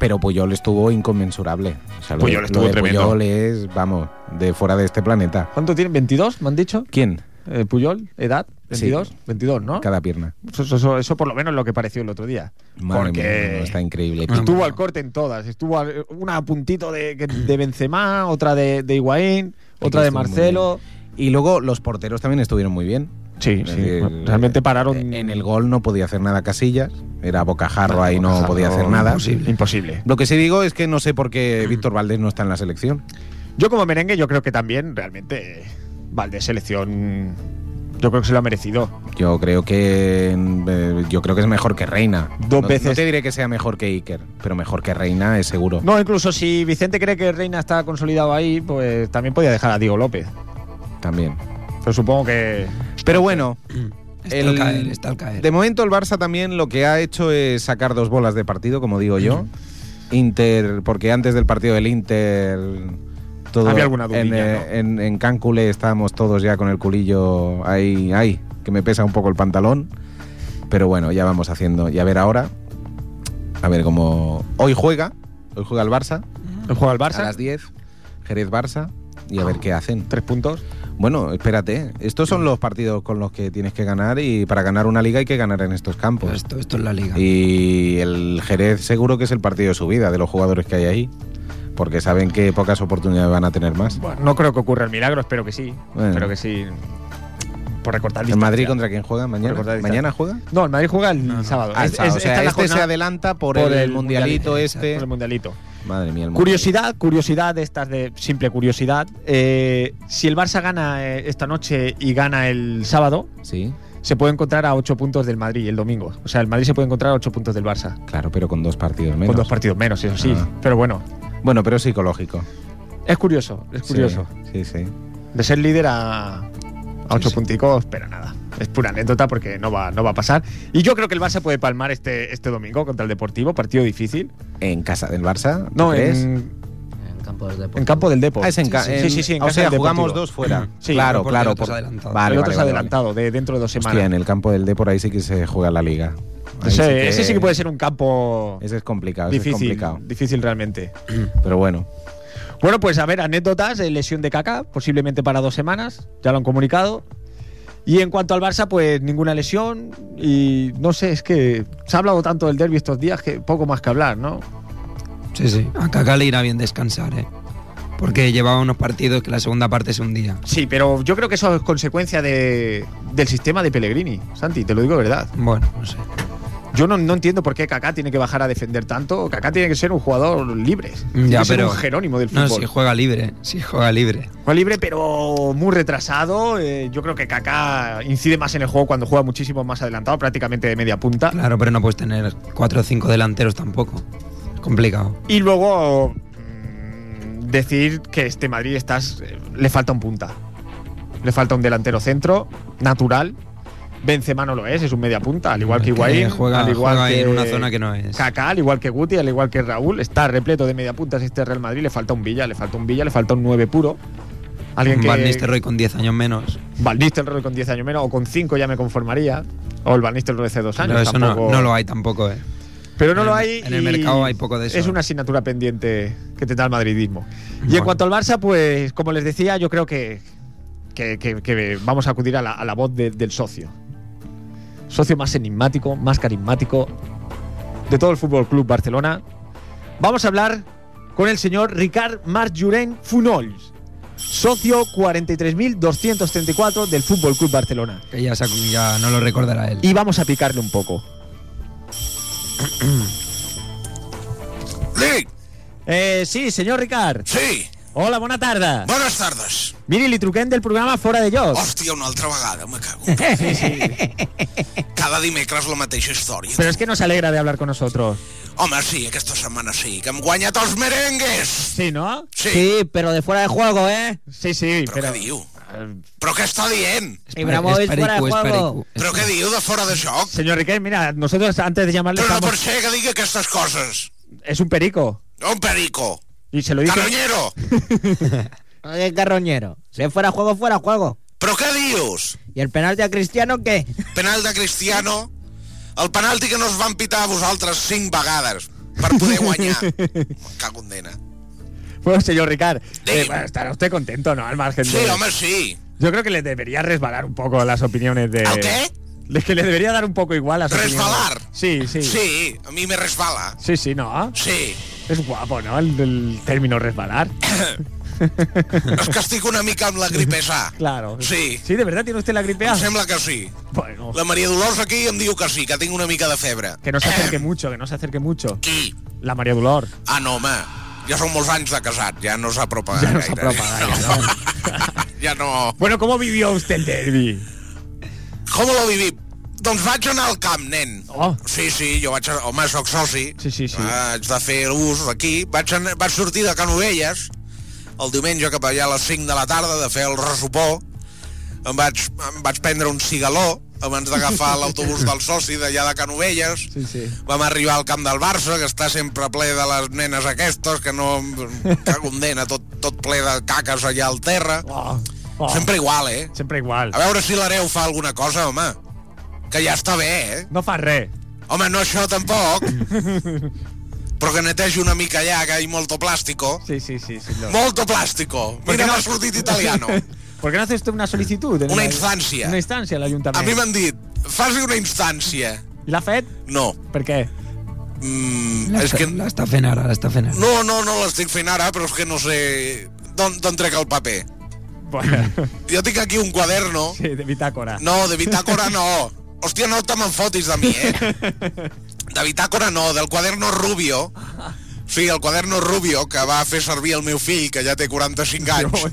Speaker 2: pero Puyol estuvo inconmensurable. O sea, lo de-
Speaker 1: Puyol
Speaker 2: lo
Speaker 1: estuvo
Speaker 2: de
Speaker 1: tremendo.
Speaker 2: Puyol es, vamos, de fuera de este planeta.
Speaker 1: ¿Cuánto tienen? ¿22? ¿Me han dicho?
Speaker 2: ¿Quién?
Speaker 1: Eh, ¿Puyol? ¿Edad?
Speaker 2: Sí.
Speaker 1: ¿22? ¿22, no?
Speaker 2: Cada pierna.
Speaker 1: Eso, eso- eso- eso por lo menos lo que pareció el otro día.
Speaker 2: Madre
Speaker 1: Porque
Speaker 2: mía, no, está increíble.
Speaker 3: Ah,
Speaker 1: estuvo
Speaker 3: bueno.
Speaker 1: al corte en todas. Estuvo al- una a puntito de, de Benzema, otra de, de Higuaín, otra de
Speaker 2: Estuvo muy
Speaker 1: Marcelo.
Speaker 2: bien. Y luego los porteros también estuvieron muy bien.
Speaker 1: Sí,
Speaker 2: Es
Speaker 1: sí.
Speaker 2: decir, eh,
Speaker 1: Realmente pararon.
Speaker 2: En el gol no podía hacer nada Casillas, era bocajarro ahí, no
Speaker 1: Bocajarro,
Speaker 2: podía hacer nada.
Speaker 1: Imposible. imposible.
Speaker 2: Lo que sí digo es que no sé
Speaker 1: [CLEARS THROAT]
Speaker 2: por qué Víctor Valdés no está en la selección.
Speaker 1: Yo como merengue, yo creo que también realmente eh, Valdés selección. Yo creo que se lo ha merecido.
Speaker 2: Yo creo que eh, yo creo que es mejor que Reina.
Speaker 1: Dos
Speaker 2: No-
Speaker 1: veces.
Speaker 2: No te diré que sea mejor que Iker, pero mejor que Reina es seguro.
Speaker 1: No, incluso si Vicente cree que Reina está consolidado ahí, pues también podía dejar a Diego López.
Speaker 2: También.
Speaker 1: Pero supongo que.
Speaker 2: Pero bueno,
Speaker 3: Está
Speaker 2: El-
Speaker 3: al caer, está al caer.
Speaker 2: de momento el Barça también lo que ha hecho es sacar dos bolas de partido, como digo yo. Inter, porque antes del partido del Inter todo
Speaker 1: Había alguna
Speaker 2: en,
Speaker 1: dudilla,
Speaker 2: eh, en, en Cáncule estábamos todos ya con el culillo ahí, ahí, que me pesa un poco el pantalón. Pero bueno, ya vamos haciendo. Y a ver ahora. A ver cómo. Hoy juega. Hoy juega el Barça.
Speaker 1: Juega el
Speaker 2: A
Speaker 1: Barça.
Speaker 2: las 10, Jerez Barça. Y a ver qué hacen.
Speaker 1: Tres puntos.
Speaker 2: Bueno, espérate. ¿eh? Estos son los partidos con los que tienes que ganar. Y para ganar una liga hay que ganar en estos
Speaker 3: Pues
Speaker 2: campos.
Speaker 3: esto, esto es la liga.
Speaker 2: Y el Jerez seguro que es el partido de su vida de los jugadores que hay ahí. Porque saben que pocas oportunidades van a tener más.
Speaker 1: Bueno, no creo que ocurra el milagro, espero que sí.
Speaker 2: Bueno.
Speaker 1: Espero que sí. Por recortar
Speaker 2: ¿El
Speaker 1: distancia.
Speaker 2: Madrid contra quién juega mañana?
Speaker 1: Recortar distancia.
Speaker 2: ¿Mañana juega?
Speaker 1: No, el Madrid juega el sábado.
Speaker 2: Ah,
Speaker 1: Es-
Speaker 2: está,
Speaker 1: es-
Speaker 2: o sea,
Speaker 1: esta es la
Speaker 2: este se
Speaker 1: jornada
Speaker 2: adelanta por,
Speaker 1: por
Speaker 2: el,
Speaker 1: el
Speaker 2: mundialito,
Speaker 1: mundialito,
Speaker 2: este.
Speaker 1: por el mundialito.
Speaker 2: Madre mía, el mundialito.
Speaker 1: Curiosidad, curiosidad de estas de simple curiosidad. Eh, si el Barça gana eh, esta noche y gana el sábado,
Speaker 2: Sí,
Speaker 1: se puede encontrar a 8 puntos del Madrid el domingo. O sea, el Madrid se puede encontrar a 8 puntos del Barça.
Speaker 2: claro, pero con dos partidos menos.
Speaker 1: Con dos partidos menos, eso sí.
Speaker 2: Ah.
Speaker 1: Pero bueno,
Speaker 2: Bueno, pero es psicológico.
Speaker 1: es curioso, es
Speaker 2: Sí,
Speaker 1: curioso.
Speaker 2: Sí, sí.
Speaker 1: De ser líder a, a ocho
Speaker 2: sí.
Speaker 1: punticos, pero nada. Es pura anécdota porque no va, no va a pasar. Y yo creo que el Barça puede palmar este, este domingo contra el Deportivo, partido difícil.
Speaker 2: ¿En casa del Barça?
Speaker 1: No,
Speaker 2: es.
Speaker 1: en,
Speaker 4: En campo del
Speaker 1: en
Speaker 4: deporte.
Speaker 1: campo del Deportivo.
Speaker 2: Ah, es en ca- en-
Speaker 1: Sí, sí, sí. en
Speaker 2: o
Speaker 1: casa
Speaker 2: sea,
Speaker 1: del
Speaker 2: jugamos
Speaker 1: Deportivo.
Speaker 2: dos fuera.
Speaker 1: Sí,
Speaker 2: claro,
Speaker 3: porque el
Speaker 2: claro.
Speaker 3: otro es
Speaker 2: por-
Speaker 3: adelantado.
Speaker 2: Vale,
Speaker 1: el
Speaker 2: vale,
Speaker 1: otro es
Speaker 2: vale,
Speaker 1: adelantado, de dentro de dos
Speaker 2: vale.
Speaker 1: semanas.
Speaker 2: Hostia, en el campo del D por ahí sí que se juega la liga. Ahí
Speaker 1: ese, ese sí que puede ser un campo
Speaker 2: Ese es complicado, ese es
Speaker 1: difícil,
Speaker 2: complicado.
Speaker 1: difícil realmente.
Speaker 2: Pero bueno,
Speaker 1: Bueno, pues a ver, anécdotas de lesión de Kaká, posiblemente para dos semanas, ya lo han comunicado. Y en cuanto al Barça, pues ninguna lesión y no sé, es que se ha hablado tanto del derbi estos días que poco más que hablar, ¿no?
Speaker 3: Sí, sí. A Kaká le irá bien descansar, ¿eh? Porque llevaba unos partidos que la segunda parte es un día.
Speaker 1: Sí, pero yo creo que eso es consecuencia de- del sistema de Pellegrini, Santi, te lo digo de verdad.
Speaker 3: Bueno, no sé.
Speaker 1: Yo no, no entiendo por qué Kaká tiene que bajar a defender tanto, Kaká tiene que ser un jugador libre, tiene
Speaker 3: Ya,
Speaker 1: que ser
Speaker 3: pero-
Speaker 1: un Jerónimo del
Speaker 3: No,
Speaker 1: fútbol.
Speaker 3: si juega libre, si juega libre.
Speaker 1: Juega libre, pero muy retrasado. Eh, yo creo que Kaká incide más en el juego cuando juega muchísimo más adelantado, prácticamente de media punta.
Speaker 3: Claro, pero no puedes tener cuatro o cinco delanteros tampoco. Es complicado.
Speaker 1: Y luego mm, decir que este Madrid estás, eh, le falta un punta. Le falta un delantero centro, natural. Benzema no lo es, es un media punta, al igual que Higuaín,
Speaker 3: Que juega-
Speaker 1: al igual
Speaker 3: juega
Speaker 1: que
Speaker 3: en una zona que no es.
Speaker 1: Kaká, al igual que Guti, al igual que Raúl, está repleto de media puntas este Real Madrid, le falta un Villa, le falta un Villa, le falta un 9 puro. Alguien que
Speaker 3: Van Nistelrooy con 10 años menos.
Speaker 1: Van Nistelrooy con 10 años menos, o con 5 ya me conformaría. O el Van Nistelrooy de hace dos años.
Speaker 3: Pero eso no,
Speaker 1: tampoco-
Speaker 3: no lo hay tampoco, ¿eh?
Speaker 1: Pero no
Speaker 3: en
Speaker 1: lo
Speaker 3: el-
Speaker 1: hay.
Speaker 3: en el
Speaker 1: y
Speaker 3: mercado hay poco de eso.
Speaker 1: Es una asignatura pendiente que te da el madridismo. Y en
Speaker 3: Bueno.
Speaker 1: cuanto al Barça, pues como les decía, yo creo que, que, que- que vamos a acudir a la, a la voz de- del socio. Socio más enigmático, más carismático de todo el Fútbol Club Barcelona. Vamos a hablar con el señor Ricard Marjuren Funols, socio 43.234 del Fútbol Club Barcelona
Speaker 3: Que ya, se- ya no lo recordará él.
Speaker 1: y vamos a picarle un poco. Eh, sí, senyor Ricard.
Speaker 6: Sí,
Speaker 1: Hola, bona tarda.
Speaker 6: bones tardes.
Speaker 1: Miri, li truquem del programa Fora de Lloc.
Speaker 6: Hòstia, una altra vegada, me cago. en Déu. Cada dimecres la mateixa història.
Speaker 1: Pero es que nos alegra de hablar con nosotros.
Speaker 6: Home, sí, aquesta setmana sí, que hem guanyat els merengues.
Speaker 1: Sí, ¿no?
Speaker 6: Sí,
Speaker 4: Sí, pero de fuera de juego, ¿eh?
Speaker 1: Sí, sí,
Speaker 6: però,
Speaker 1: pero... eh,
Speaker 6: què diu? Però què està dient?
Speaker 4: Ibrahimovic fuera de juego.
Speaker 6: Però què diu de fora de joc?
Speaker 1: Señor Riquet, mira, nosotros antes de llamarle
Speaker 6: Però no
Speaker 1: estamos-
Speaker 6: pot ser que digui aquestes coses.
Speaker 1: Es un perico.
Speaker 6: Un perico.
Speaker 1: Y se lo dice...
Speaker 6: Carroñero,
Speaker 4: Oye, carroñero. Si es fuera de juego, fuera de juego.
Speaker 6: però què dius?
Speaker 4: ¿Y el penalti a Cristiano qué?
Speaker 6: Penal de Cristiano, el penalti que no us van pitar a vosaltres cinc vegades per poder
Speaker 1: [LAUGHS]
Speaker 6: guanyar. Me Cago en dena.
Speaker 1: Bueno, señor Ricard,
Speaker 6: Dime.
Speaker 1: eh, bueno, estará usted contento, ¿no? Al margen
Speaker 6: Sí,
Speaker 1: de-
Speaker 6: home, sí.
Speaker 1: Yo creo que le debería resbalar un poco las opiniones de...
Speaker 6: ¿El qué?
Speaker 1: Es que le debería dar un poco igual a
Speaker 6: ¿Resbalar?
Speaker 1: Sí, sí.
Speaker 6: Sí, a mi me resbala.
Speaker 1: Sí, sí, ¿no?
Speaker 6: Sí.
Speaker 1: Es guapo, ¿no? El, el término resbalar.
Speaker 6: És que estic una mica amb la gripesa.
Speaker 1: [LAUGHS] Claro. Ah.
Speaker 6: Sí.
Speaker 1: Sí, ¿de verdad tiene usted la gripe A?
Speaker 6: Em sembla que sí.
Speaker 1: Bueno,
Speaker 6: La Maria Dolors aquí em diu que sí, que tinc una mica de febre.
Speaker 1: que no se acerque mucho, que no se acerque mucho.
Speaker 6: Qui?
Speaker 1: La María Dolor.
Speaker 6: Ah, no, home. Ja són molts anys de casat, ja no s'ha propagat
Speaker 1: Ja no s'ha propagat,
Speaker 6: Ah, No. ja no...
Speaker 1: Bueno, ¿cómo vivió usted el derby?
Speaker 6: Com lo viví? Doncs vaig anar al camp, nen.
Speaker 1: Oh,
Speaker 6: Sí, sí, jo vaig... Home, sóc soci.
Speaker 1: Sí, sí, sí.
Speaker 6: Vaig de fer ús aquí. Vaig, anar, vaig sortir de Canovelles el diumenge cap allà a les 5 de la tarda de fer el ressupó. Em vaig, em vaig prendre un cigaló abans
Speaker 1: [LAUGHS]
Speaker 6: d'agafar l'autobús del soci d'allà de Canovelles.
Speaker 1: sí, sí.
Speaker 6: Vam arribar al camp del Barça, que està sempre ple de les nenes aquestes, que no... Cago en dena, tot, tot ple de caques allà al terra.
Speaker 1: Oh, oh.
Speaker 6: Sempre igual, eh?
Speaker 1: sempre igual.
Speaker 6: A veure si l'hereu fa alguna cosa, home. Que ja està bé, eh?
Speaker 1: No fa res.
Speaker 6: Home, no això tampoc. Però que netegi una mica allà, que hi molto plástico.
Speaker 1: Sí, sí, sí, señor.
Speaker 6: Molto plástico.
Speaker 1: Per
Speaker 6: Mira,
Speaker 1: què no-
Speaker 6: m'ha sortit
Speaker 1: [LAUGHS]
Speaker 6: italiano.
Speaker 1: ¿Por qué no hace usted una solicitud? en
Speaker 6: Una
Speaker 1: la-
Speaker 6: instància.
Speaker 1: Una instància a
Speaker 6: A mi
Speaker 1: l'Ajuntament.
Speaker 6: m'han dit, faci una instància.
Speaker 1: I l'ha fet?
Speaker 6: No.
Speaker 1: Per què?
Speaker 6: Mm,
Speaker 3: La
Speaker 6: és
Speaker 3: està,
Speaker 6: que...
Speaker 3: que... la està fent ara, la està fent ara.
Speaker 6: No, no, no l'estic fent ara, però és que no sé d'on d'on trec el paper. [LAUGHS]
Speaker 1: Bueno,
Speaker 6: Jo tinc aquí un quaderno.
Speaker 1: Pues, [LAUGHS] sí, de bitàcora. [LAUGHS]
Speaker 6: No, de bitàcora no. Hòstia, no te me'n fotis de mi, eh? De bitàcora no, del quaderno rubio. Sí, el quaderno rubio que va fer servir el meu fill, que ja té 45 anys,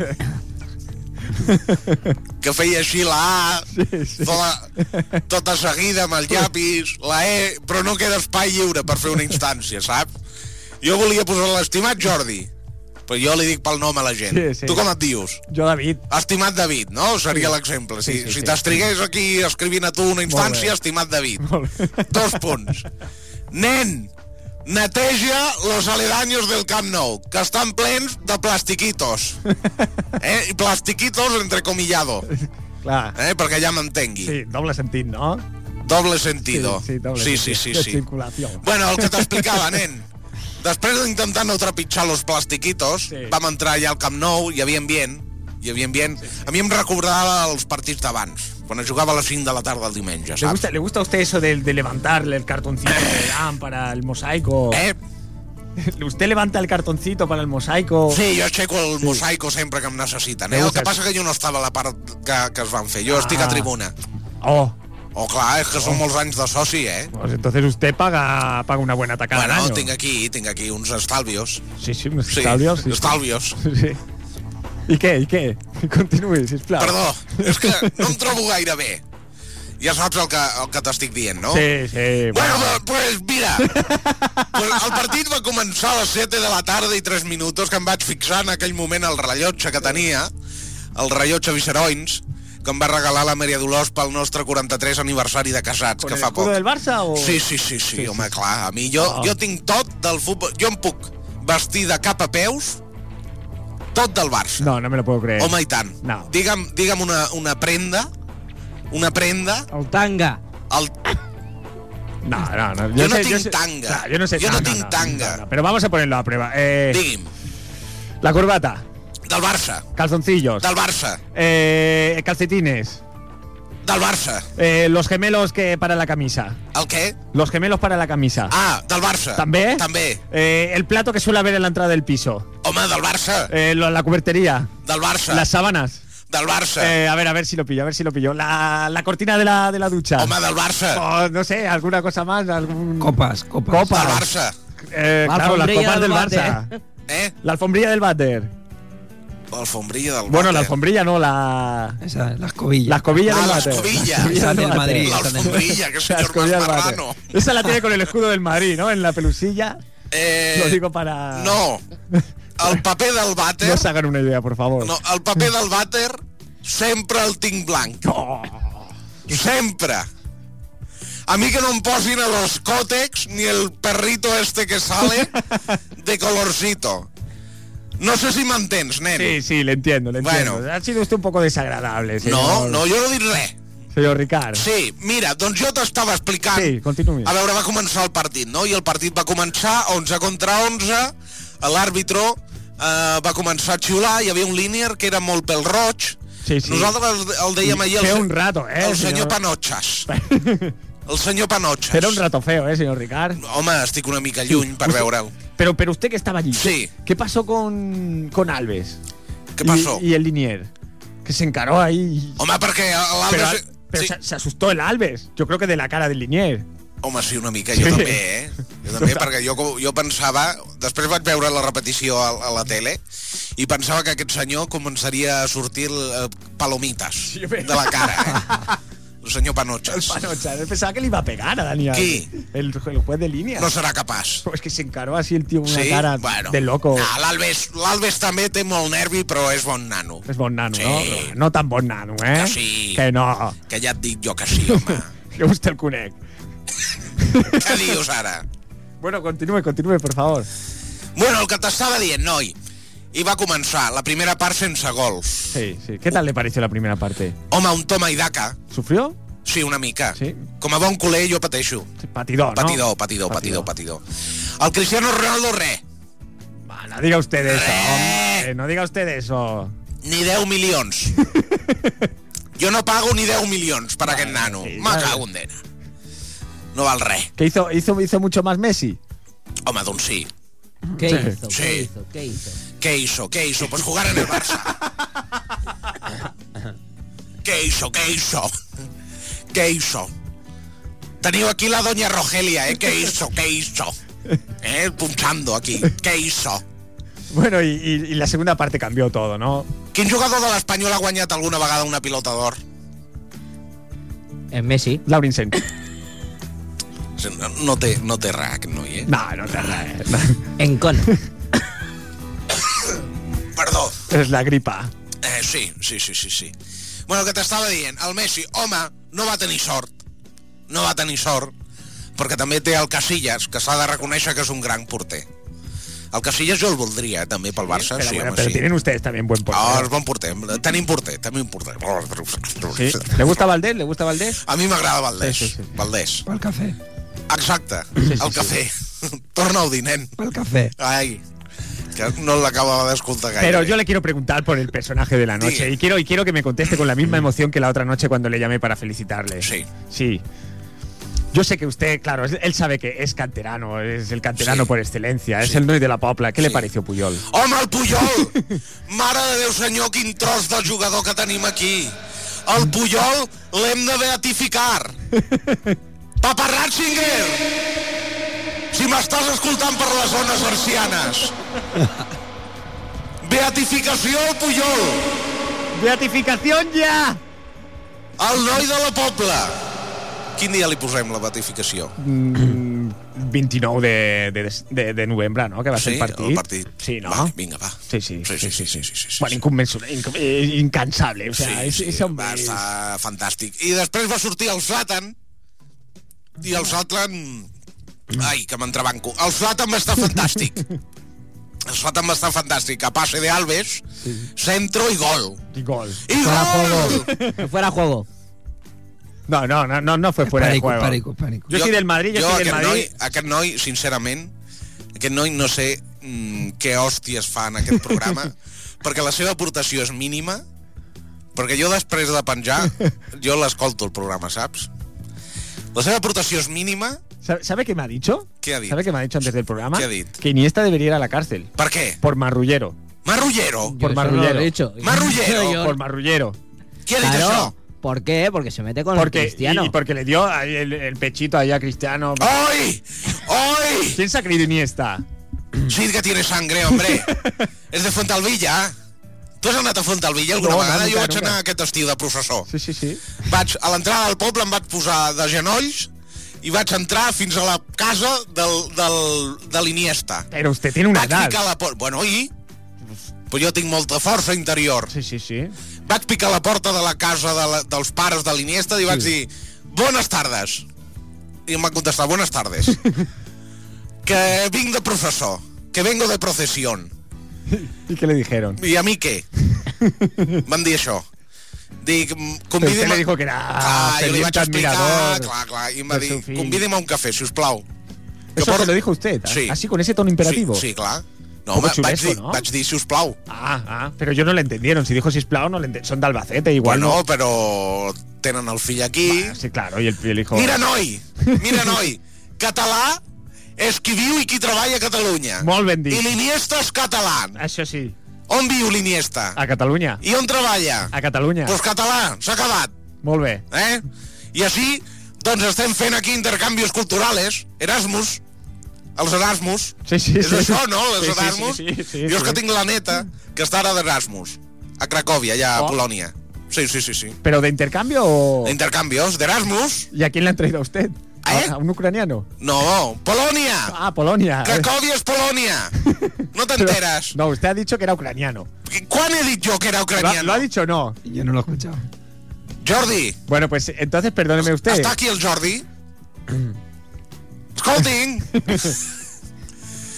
Speaker 6: que feia així la A, tota, tota seguida amb el llapis, la E, però no queda espai lliure per fer una instància, saps? Jo volia posar l'estimat Jordi, però jo li dic pel nom a la gent.
Speaker 1: Sí, sí.
Speaker 6: Tu com et dius?
Speaker 1: Jo, David, [LAUGHS]
Speaker 6: Estimat David, no? Seria l'exemple. Si,
Speaker 1: sí,
Speaker 6: si
Speaker 1: sí.
Speaker 6: t'estrigués aquí escrivint a tu
Speaker 1: Molt bé.
Speaker 6: una instància, estimat David. Dos punts. Nen, neteja los aledaños del Camp Nou, que estan plens
Speaker 1: [LAUGHS]
Speaker 6: de plastiquitos. Eh? I Plastiquitos entrecomillado,
Speaker 1: clar.
Speaker 6: eh? perquè ja m'entengui.
Speaker 1: Sí, doble sentit, no?
Speaker 6: Doble sentido.
Speaker 1: Sí, sí, doble
Speaker 6: sí, sí,
Speaker 1: sentit.
Speaker 6: sí,
Speaker 1: De
Speaker 6: sí.
Speaker 1: circulació.
Speaker 6: Bueno, el que t'explicava, [LAUGHS] nen. Després d'intentar no trepitjar los plastiquitos,
Speaker 1: Sí.
Speaker 6: sí. vam entrar allà al Camp Nou, hi havia ambient, hi havia ambient. A mi em recordava els partits d'abans, quan es jugava a les 5 de la tarda el diumenge,
Speaker 1: ¿Le
Speaker 6: saps?
Speaker 1: gusta, ¿Le gusta a usted eso de, de levantarle el cartoncito
Speaker 6: [LAUGHS]
Speaker 1: de lámpara, el mosaico?
Speaker 6: Eh?
Speaker 1: ¿Usted levanta el cartoncito para el mosaico?
Speaker 6: Sí, jo aixeco el mosaico sempre que em necessiten. Eh? El
Speaker 1: gusta.
Speaker 6: que passa que jo no estava a la part que, que es van fer. Jo estic
Speaker 1: Ah.
Speaker 6: a tribuna.
Speaker 1: Oh,
Speaker 6: Oh, clar, és que són molts anys de soci, eh?
Speaker 1: pues entonces usted paga, paga una buena tacada al
Speaker 6: Bueno,
Speaker 1: año.
Speaker 6: tinc aquí, tinc aquí uns estalvios.
Speaker 1: Sí, sí, unos
Speaker 6: Sí,
Speaker 1: estalvios, sí.
Speaker 6: estalvios.
Speaker 1: [LAUGHS] Sí. ¿Y qué? ¿Y qué? [LAUGHS] Continúe, sisplau.
Speaker 6: Perdó, és que no em trobo gaire bé. Ja saps el que, el que t'estic dient, no?
Speaker 1: Sí, sí.
Speaker 6: Bueno, doncs pues mira, pues el partit va començar a les 7 de la tarda i 3 minuts que em vaig fixar en aquell moment el rellotge que tenia, el rellotge Viceroins, que em va regalar la Maria Dolors pel nostre 43 aniversari de casats,
Speaker 1: ¿Con
Speaker 6: que
Speaker 1: el
Speaker 6: fa
Speaker 1: escudo
Speaker 6: poc.
Speaker 1: del Barça o...?
Speaker 6: Sí, sí, sí, sí,
Speaker 1: sí,
Speaker 6: sí home,
Speaker 1: sí.
Speaker 6: clar, a mi jo,
Speaker 1: Ah.
Speaker 6: jo tinc tot del futbol, jo em puc vestir de cap a peus, tot del Barça.
Speaker 1: No, no me lo puedo creer.
Speaker 6: Home, i tant.
Speaker 1: No.
Speaker 6: Digue'm, digue'm una, una prenda, una prenda,
Speaker 4: El tanga.
Speaker 6: el...
Speaker 1: No, no, no.
Speaker 6: Yo no tinc tanga.
Speaker 1: Claro, yo no sé
Speaker 6: Yo no tinc tanga.
Speaker 1: Pero vamos a ponerlo a prueba. Eh,
Speaker 6: digui'm,
Speaker 1: la corbata,
Speaker 6: del Barça,
Speaker 1: calzoncillos,
Speaker 6: del Barça,
Speaker 1: eh, calcetines,
Speaker 6: del Barça,
Speaker 1: eh, los gemelos que para la camisa.
Speaker 6: el què?
Speaker 1: Los gemelos para la camisa.
Speaker 6: Ah, del Barça.
Speaker 1: ¿También?
Speaker 6: També.
Speaker 1: Eh, el plato que suele haber en la entrada del piso.
Speaker 6: Home, del Barça,
Speaker 1: Eh, lo- la cubertería.
Speaker 6: del Barça,
Speaker 1: Las sábanas.
Speaker 6: del Barça,
Speaker 1: Eh, a ver, a ver si lo pillo, a ver si lo pillo. La, la cortina de la, de la ducha.
Speaker 6: home, del Barça,
Speaker 1: O, no sé, alguna cosa más. Algún...
Speaker 3: Copas, copas.
Speaker 1: Copa.
Speaker 6: del Barça,
Speaker 1: Eh,
Speaker 4: La
Speaker 1: claro, las
Speaker 4: alfombrilla
Speaker 1: copas
Speaker 4: del
Speaker 1: del
Speaker 4: váter.
Speaker 1: Barça.
Speaker 6: Eh?
Speaker 1: La alfombrilla del váter.
Speaker 6: L'alfombrilla del
Speaker 1: Bueno, la
Speaker 6: vàter.
Speaker 1: alfombrilla no, la.
Speaker 3: Esa, la escobilla.
Speaker 1: La escobilla del
Speaker 6: Ah, la
Speaker 1: váter.
Speaker 6: escobilla.
Speaker 3: Esa del
Speaker 1: váter.
Speaker 3: Madrid.
Speaker 6: La alfombrilla, que
Speaker 1: La
Speaker 6: señor más
Speaker 1: escobilla del váter.
Speaker 6: marrano.
Speaker 1: Esa la tiene con el escudo del Madrid, ¿no? En la pelusilla.
Speaker 6: Eh,
Speaker 1: Lo digo para.
Speaker 6: No. El paper del vàter...
Speaker 1: No se hagan una idea, por favor.
Speaker 6: No, el paper del vàter sempre el tinc blanc. Sempre. A mi que no em posin a los còtex ni el perrito este
Speaker 1: [LAUGHS]
Speaker 6: que sale de colorcito. No sé si m'entens, nen.
Speaker 1: Sí, sí, le entiendo, le entiendo.
Speaker 6: Bueno.
Speaker 1: Ha sido usted un poco desagradable,
Speaker 6: no,
Speaker 1: señor.
Speaker 6: no, jo no dic res.
Speaker 1: Señor Ricard.
Speaker 6: Sí, mira, doncs jo t'estava explicant...
Speaker 1: Sí, continúe.
Speaker 6: A veure, va començar el partit, no? I el partit va començar 11 contra 11, l'àrbitre eh, va començar a xiular, hi havia un línier que era molt pel roig.
Speaker 1: Sí, sí.
Speaker 6: Nosaltres el, el dèiem ahir...
Speaker 1: Fue
Speaker 6: El,
Speaker 1: un rato, ¿eh?
Speaker 6: el senyor Panotxas.
Speaker 1: [LAUGHS]
Speaker 6: El senyor Panotxas.
Speaker 1: Era un rato feo, ¿eh, señor Ricard?
Speaker 6: Home, estic una mica lluny per veure'l.
Speaker 1: Pero, pero usted que estaba allí.
Speaker 6: Sí.
Speaker 1: ¿Qué pasó con, con Alves?
Speaker 6: Què
Speaker 1: Y-
Speaker 6: passó?
Speaker 1: Y, el Linier. Que se encaró ahí.
Speaker 6: Home, perquè
Speaker 1: Pero,
Speaker 6: l'Albes...
Speaker 1: pero
Speaker 6: Sí.
Speaker 1: se, se asustó el Alves. Yo creo que de la cara del Linier.
Speaker 6: Home, sí, una mica, jo
Speaker 1: Sí.
Speaker 6: també, eh? Jo també, perquè jo, co- jo pensava... Després vaig veure la repetició a, a la tele i pensava que aquest senyor començaria a sortir eh, palomites de la cara, eh?
Speaker 1: [LAUGHS]
Speaker 6: El senyor Panotxas.
Speaker 1: Panocha, pensaba que le iba a pegar a Dani
Speaker 6: ¿Qué?
Speaker 1: Alves. El, el juez de línea.
Speaker 6: No serà capaç.
Speaker 1: Pues que se encaró así el tío una cara de loco.
Speaker 6: Ah, L'Albes l'Albes també té molt nervi, però és bon nano.
Speaker 1: Es bon nano,
Speaker 6: Sí.
Speaker 1: ¿no? Pero No tan bon nano, ¿eh?
Speaker 6: Que sí.
Speaker 1: Que no.
Speaker 6: Que ja et dic jo que sí,
Speaker 1: [LAUGHS]
Speaker 6: home.
Speaker 1: Que usted el conec.
Speaker 6: Què dius ara?
Speaker 1: Bueno, continúe, continúe, por favor.
Speaker 6: Bueno, el que t'estava dient, noi, i va començar la primera part sense gols.
Speaker 1: Sí, sí. ¿Qué tal le pareció la primera parte?
Speaker 6: Home, un toma i daca,
Speaker 1: ¿Sufrió?
Speaker 6: sí, una mica.
Speaker 1: Sí.
Speaker 6: Com a bon culer jo pateixo.
Speaker 1: Patidor, ¿no?
Speaker 6: Patidor, patidor, patidor, patidor. El Cristiano Ronaldo, re.
Speaker 1: Ah, no diga usted eso,
Speaker 6: Eh.
Speaker 1: hombre. No diga usted eso.
Speaker 6: Ni
Speaker 1: [LAUGHS]
Speaker 6: 10 milions. jo no pago ni 10 milions per aquest nano.
Speaker 1: sí,
Speaker 6: Me
Speaker 1: vale.
Speaker 6: cago en dena. No val res.
Speaker 1: ¿Qué hizo, hizo, hizo mucho más Messi?
Speaker 6: Home, doncs sí.
Speaker 4: ¿Qué hizo?
Speaker 6: Sí.
Speaker 4: ¿Qué hizo? ¿Qué hizo?
Speaker 6: ¿Qué hizo? ¿Qué hizo? Pues jugar en el Barça. ¿Qué hizo? ¿Qué hizo? ¿Qué hizo? Teniu aquí la doña Rogelia, ¿eh? ¿Qué hizo? ¿Qué hizo? ¿Eh? Punxando aquí. ¿Qué hizo?
Speaker 1: Bueno, y, y- y la segunda parte cambió todo, ¿no?
Speaker 6: Quin jugador de l'Espanyol ha guanyat alguna vegada una pilota d'or?
Speaker 4: Es Messi.
Speaker 1: Laurinsen.
Speaker 6: [COUGHS] Sí, No, no, té, no té res, aquest noi, eh?
Speaker 1: No, no te rayes.
Speaker 4: En con.
Speaker 6: Perdó.
Speaker 1: Es la gripa.
Speaker 6: Eh, sí, sí, sí, sí, sí. Bueno, el que t'estava dient, el Messi, home, no va tenir sort. No va tenir sort, perquè també té el Casillas, que s'ha de reconèixer que és un gran porter. El Casillas jo el voldria, eh, també, pel Barça.
Speaker 1: pero
Speaker 6: Sí,
Speaker 1: bueno,
Speaker 6: home,
Speaker 1: pero
Speaker 6: sí.
Speaker 1: tienen ustedes también buen portero.
Speaker 6: Ah, és bon porter. Tenim porter, tenim porter.
Speaker 1: Sí. ¿Le gusta Valdés? ¿Le gusta Valdés?
Speaker 6: A mi m'agrada Valdés.
Speaker 1: Sí, sí, sí.
Speaker 6: Valdés.
Speaker 3: Pel cafè,
Speaker 6: Exacte, el cafè. [LAUGHS] Torna-ho dir, nen.
Speaker 3: pel cafè.
Speaker 6: Ai, que no l'acabava d'escoltar gaire.
Speaker 1: Pero yo le quiero preguntar por el personaje de la noche
Speaker 6: Sí. Mm.
Speaker 1: y quiero, y quiero que me conteste con la misma emoción que la otra noche cuando le llamé para felicitarle.
Speaker 6: Sí.
Speaker 1: Sí. Yo sé que usted, claro, es- él sabe que es canterano, es el canterano
Speaker 6: Sí.
Speaker 1: por excelencia, es
Speaker 6: Sí.
Speaker 1: el Noy de la Popla. ¿Qué le
Speaker 6: Sí.
Speaker 1: pareció Puyol?
Speaker 6: Home, el Puyol! Mare de Déu senyor, quin tros de jugador que tenim aquí! El Puyol l'hem de beatificar! Papa Ratzinger! Si m'estàs escoltant per les zones arcianes! Beatificació al Puyol!
Speaker 1: ¡Beatificación ya!
Speaker 6: El noi de la Pobla! Quin dia li posem la beatificació?
Speaker 1: 29 Mm, de, de, de, de novembre, ¿no? Que va a ser el partit.
Speaker 6: El partit.
Speaker 1: Sí, ¿no?
Speaker 6: Va, vinga, va.
Speaker 1: Sí, sí,
Speaker 6: Sí, sí, sí, sí, sí, sí, sí.
Speaker 1: Bueno, inconmensurable, inc- eh, incansable. O sea,
Speaker 6: sí,
Speaker 1: es-
Speaker 6: sí,
Speaker 1: ese hombre
Speaker 6: va
Speaker 1: es-
Speaker 6: estar fantàstic. I després va sortir el Zlatan, i el Zlatan... Ai, que m'entrebanco. El Zlatan va estar [LAUGHS] fantàstic. El Zlatan va estar fantàstic. A passe de Alves, centro i gol.
Speaker 1: y gol.
Speaker 6: I gol!
Speaker 4: Que fuera juego.
Speaker 1: No, no, no, no, no fue fuera de
Speaker 3: Pànico,
Speaker 1: juego.
Speaker 3: pànico, pànico.
Speaker 1: Yo soy del Madrid, yo soy del
Speaker 6: aquest
Speaker 1: Madrid.
Speaker 6: Noi, aquest noi, sincerament, aquest noi no sé mm, què hòsties fa en aquest
Speaker 1: [LAUGHS]
Speaker 6: programa, perquè la seva aportació és mínima, perquè jo després de penjar, jo l'escolto el programa, saps? La seva aportació és mínima,
Speaker 1: ¿Sabe, sabe qué me ha dicho?
Speaker 6: ¿Qué ha dicho?
Speaker 1: ¿Sabe qué me ha dicho antes del programa?
Speaker 6: ¿Qué ha dicho?
Speaker 1: Que Iniesta debería ir a la cárcel.
Speaker 6: per què?
Speaker 1: Por marrullero.
Speaker 6: Marrullero?
Speaker 1: Por
Speaker 4: Yo eso no
Speaker 1: marrullero.
Speaker 4: lo he dicho. [LAUGHS]
Speaker 6: Marrullero.
Speaker 4: Yo-
Speaker 1: Por marrullero.
Speaker 6: Qui ha dit
Speaker 4: Claro.
Speaker 6: això?
Speaker 4: ¿Por qué? Porque se mete con el
Speaker 1: Porque, y,
Speaker 4: cristiano.
Speaker 6: ¡Ah!
Speaker 1: y porque le dio ahí el, el pechito ahí a Cristiano.
Speaker 6: Oi! ¡Hoy!
Speaker 1: ¿Quién se ha creído Iniesta?
Speaker 6: Sí que tiene
Speaker 1: [LAUGHS]
Speaker 6: sangre, hombre. és de Fontalvilla. Tu has anat a Fontalvilla alguna
Speaker 1: No,
Speaker 6: no,
Speaker 1: no,
Speaker 6: vegada?
Speaker 1: nunca,
Speaker 6: jo vaig
Speaker 1: nunca.
Speaker 6: anar aquest estiu de processó.
Speaker 1: Sí, sí, sí.
Speaker 6: Vaig, a l'entrada del poble em vaig posar de genolls i vaig entrar fins a la casa del, del, de l'Iniesta.
Speaker 1: Pero usted tiene una
Speaker 6: Vaig
Speaker 1: edad.
Speaker 6: picar la porta... Bueno, i? Però jo tinc molta força interior.
Speaker 1: Sí, sí, sí.
Speaker 6: Vaig picar la porta de la casa de la, dels pares de l'Iniesta i vaig dir... Bones tardes. I em va contestar, bones
Speaker 1: [LAUGHS]
Speaker 6: tardes. que vinc de professor. Que vengo de procesión.
Speaker 1: ¿Y qué le dijeron?
Speaker 6: I a mi què?
Speaker 1: [LAUGHS]
Speaker 6: Van dir això. Dic, "Mm,
Speaker 1: Pero usted
Speaker 6: convidi'm...
Speaker 1: le
Speaker 6: a-
Speaker 1: dijo que era
Speaker 6: Ah, jo li vaig
Speaker 1: ferviente
Speaker 6: explicar,
Speaker 1: admirador.
Speaker 6: clar, clar, i em va
Speaker 1: del
Speaker 6: dir,
Speaker 1: seu fill.
Speaker 6: convidi'm a un cafè, si us plau.
Speaker 1: Eso se lo dijo usted.
Speaker 6: Sí.
Speaker 1: Así con ese tono imperativo.
Speaker 6: Sí, sí, clar. No,
Speaker 1: Poco
Speaker 6: va, vaig,
Speaker 1: chulesco,
Speaker 6: dir,
Speaker 1: no?
Speaker 6: vaig dir, si us plau.
Speaker 1: Ah, ah, pero yo no le entendieron. Si dijo Sisplao, no le ente- Son de Albacete, igual.
Speaker 6: Bueno,
Speaker 1: no.
Speaker 6: però tenen el fill aquí.
Speaker 1: Ah, sí, claro. Y el, y el hijo.
Speaker 6: Mira, noi, mira, noi, català és qui viu i qui treballa a Catalunya.
Speaker 1: Molt ben dit.
Speaker 6: I l'Iniesta és català.
Speaker 1: Eso sí.
Speaker 6: On viu l'Iniesta?
Speaker 1: A Cataluña.
Speaker 6: I on treballa?
Speaker 1: A Cataluña.
Speaker 6: Doncs català, s'ha acabat,
Speaker 1: Molt bé.
Speaker 6: eh? I així, doncs estem fent aquí intercanvis culturales, Erasmus, els Erasmus.
Speaker 1: Sí, sí,
Speaker 6: és
Speaker 1: sí.
Speaker 6: això, no? Els
Speaker 1: Sí, sí,
Speaker 6: Erasmus.
Speaker 1: sí, sí, sí,
Speaker 6: jo
Speaker 1: sí.
Speaker 6: és que tinc la neta que està ara d'Erasmus, a Cracòvia, allà a
Speaker 1: Oh.
Speaker 6: Polònia. Sí, sí, sí, sí.
Speaker 1: ¿Pero de intercambio o.?
Speaker 6: Intercanvios d'Erasmus?
Speaker 1: ¿Y a quién le han traído a usted?
Speaker 6: ¿Eh?
Speaker 1: ¿A, a un ucraniano?
Speaker 6: No, Polònia!
Speaker 1: Ah, Polonia.
Speaker 6: Cracòvia és Polònia! No
Speaker 1: Pero- [LAUGHS]
Speaker 6: t'enteres.
Speaker 1: No, usted ha dicho que era ucraniano.
Speaker 6: ¿Cuándo he dicho que era
Speaker 1: Lo ha,
Speaker 6: ucraniano?
Speaker 1: lo ha dicho no.
Speaker 3: Yo no lo he escuchado.
Speaker 6: Jordi,
Speaker 1: Bueno, pues entonces perdóneme usted.
Speaker 6: està aquí el Jordi?
Speaker 1: [CLEARS THROAT]
Speaker 6: Escolti'm,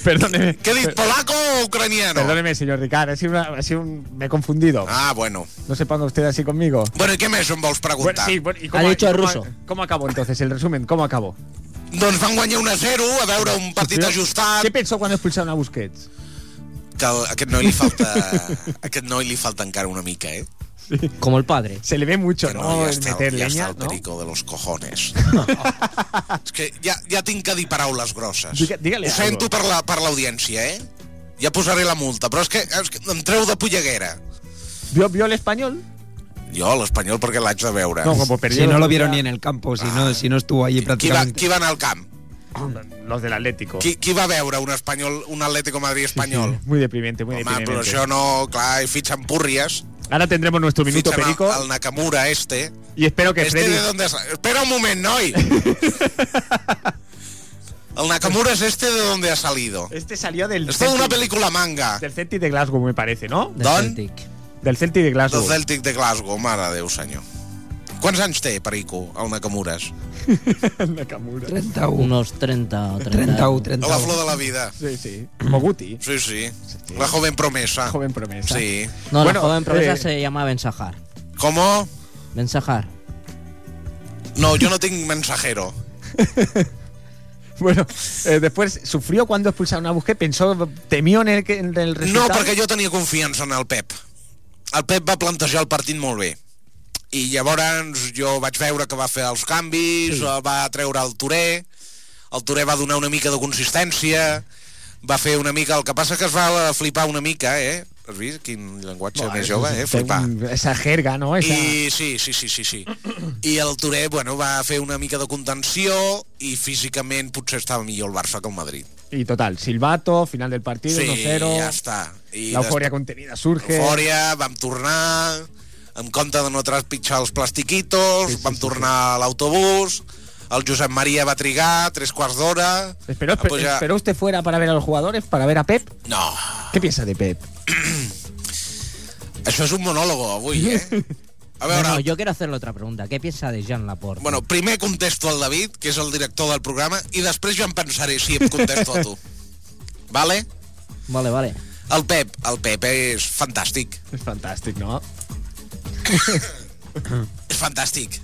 Speaker 1: Perdóneme.
Speaker 6: què he dit, polaco o ucraniano?
Speaker 1: Perdóneme, señor Ricard. Ha sido una- ha sido un- me he confundido.
Speaker 6: Ah, bueno.
Speaker 1: No se ponga usted así conmigo.
Speaker 6: Bueno, i què més em vols
Speaker 1: Bueno,
Speaker 6: preguntar?
Speaker 1: sí, bueno, ¿y
Speaker 4: Ha dicho
Speaker 1: y cómo-
Speaker 4: ruso.
Speaker 1: ¿Cómo acabó entonces? El resumen, ¿cómo acabó?
Speaker 6: Doncs van guanyar 1 a 0, a veure un partit ajustat.
Speaker 1: ¿Qué pensó cuando expulsaron a Busquets?
Speaker 6: Que a aquest noi li falta... a aquest noi li falta encara una mica, eh?
Speaker 4: Como el padre.
Speaker 1: Se le ve mucho,
Speaker 6: Que
Speaker 1: ¿no? el
Speaker 6: ja està,
Speaker 1: meter leña,
Speaker 6: ja està el
Speaker 1: ¿no?
Speaker 6: perico de
Speaker 1: [LAUGHS]
Speaker 6: los cojones. És que ja, ja tinc que dir paraules grosses.
Speaker 1: Diga- diga-li
Speaker 6: Ho
Speaker 1: algo.
Speaker 6: sento per la- per l'audiència, la, eh? Ja posaré la multa, però és que, és que em treu de polleguera.
Speaker 1: ¿Vio, vio el español?
Speaker 6: Jo, l'espanyol, perquè l'haig de veure.
Speaker 1: No, como perdió.
Speaker 3: Si
Speaker 1: el
Speaker 3: no lo
Speaker 1: otro
Speaker 3: vieron
Speaker 1: día,
Speaker 3: ni en el campo, si no, si no estuvo allí
Speaker 6: qui, va,
Speaker 3: prácticamente.
Speaker 6: qui va anar al camp?
Speaker 1: Los del Atlético.
Speaker 6: Qui, qui va veure un espanyol, un Atlético Madrid espanyol?
Speaker 1: Muy deprimente, muy
Speaker 6: Home, però
Speaker 1: deprimente.
Speaker 6: això no, clar, i fitxen púrries,
Speaker 1: Ahora tendremos nuestro minuto
Speaker 6: fitxen
Speaker 1: perico
Speaker 6: el, el Nakamura este.
Speaker 1: y espero que
Speaker 6: Este
Speaker 1: Freddy.
Speaker 6: de dónde es... Espera un
Speaker 1: [LAUGHS]
Speaker 6: moment, noi! el Nakamura es este de dónde ha salido.
Speaker 1: Este salió del.
Speaker 6: Es toda una
Speaker 1: Celtic-
Speaker 6: película manga.
Speaker 1: Del Celtic de Glasgow, me parece, ¿no?
Speaker 4: del
Speaker 6: Don.
Speaker 4: Celtic.
Speaker 1: Del Celtic de Glasgow.
Speaker 6: Del Celtic de Glasgow, mare de Déu, senyor. Quants anys té, Perico, el Nakamures?
Speaker 1: Nakamura.
Speaker 3: 31.
Speaker 4: Unos 30 o 30.
Speaker 3: 31,
Speaker 6: A la flor
Speaker 3: 31.
Speaker 6: de la vida.
Speaker 1: Sí, sí. Como Guti.
Speaker 6: Sí, sí. La joven promesa.
Speaker 1: Joven promesa.
Speaker 6: Sí.
Speaker 4: No,
Speaker 1: Bueno,
Speaker 4: la joven promesa
Speaker 1: eh,
Speaker 4: se llama Ben Sahar.
Speaker 6: ¿Cómo?
Speaker 4: Ben Sahar.
Speaker 6: No, yo no tengo mensajero.
Speaker 1: Bueno, eh, después sufrió cuando expulsaron a Busquets, pensó, temió en el, que- en el
Speaker 6: No,
Speaker 1: resultado.
Speaker 6: perquè jo tenia confiança en el Pep. El Pep va plantejar el partit molt bé. I llavors jo vaig veure que va fer els canvis, sí. va treure el Touré, el Touré va donar una mica de consistència, va fer una mica... El que passa que es va flipar una mica, eh? Has vist quin llenguatge més jove, eh? Flipar.
Speaker 1: pues, Esa jerga, ¿no? Esa...
Speaker 6: I sí, sí, sí, sí, sí. I el Touré, bueno, va fer una mica de contenció i físicament potser estava millor el Barça que el Madrid.
Speaker 1: Y total, silbato, final del partido, 1-0.
Speaker 6: ja està. I
Speaker 1: la euforia contenida surge.
Speaker 6: Eufòria, vam tornar, en compte de no trepitjar els plastiquitos,
Speaker 1: Sí,
Speaker 6: sí,
Speaker 1: sí,
Speaker 6: sí, vam
Speaker 1: sí,
Speaker 6: tornar a l'autobús, el Josep Maria va trigar tres quarts d'hora...
Speaker 1: Esperó,
Speaker 6: a
Speaker 1: esper-
Speaker 6: pujar-
Speaker 1: esperó usted fuera para ver a los jugadores, para ver a Pep.
Speaker 6: No,
Speaker 1: ¿Qué piensa de Pep?
Speaker 6: això és un monòlogo avui, eh? A veure,
Speaker 4: No, no, yo quiero hacerle otra pregunta. ¿Qué piensa de Jean Laporte?
Speaker 6: bueno, primer contesto al David, que és el director del programa, i després jo em pensaré si em contesto a
Speaker 1: [LAUGHS]
Speaker 6: tu. Vale?
Speaker 4: Vale, vale.
Speaker 6: El Pep, el Pep és fantàstic.
Speaker 1: Es fantástico, ¿no?
Speaker 6: És fantàstic.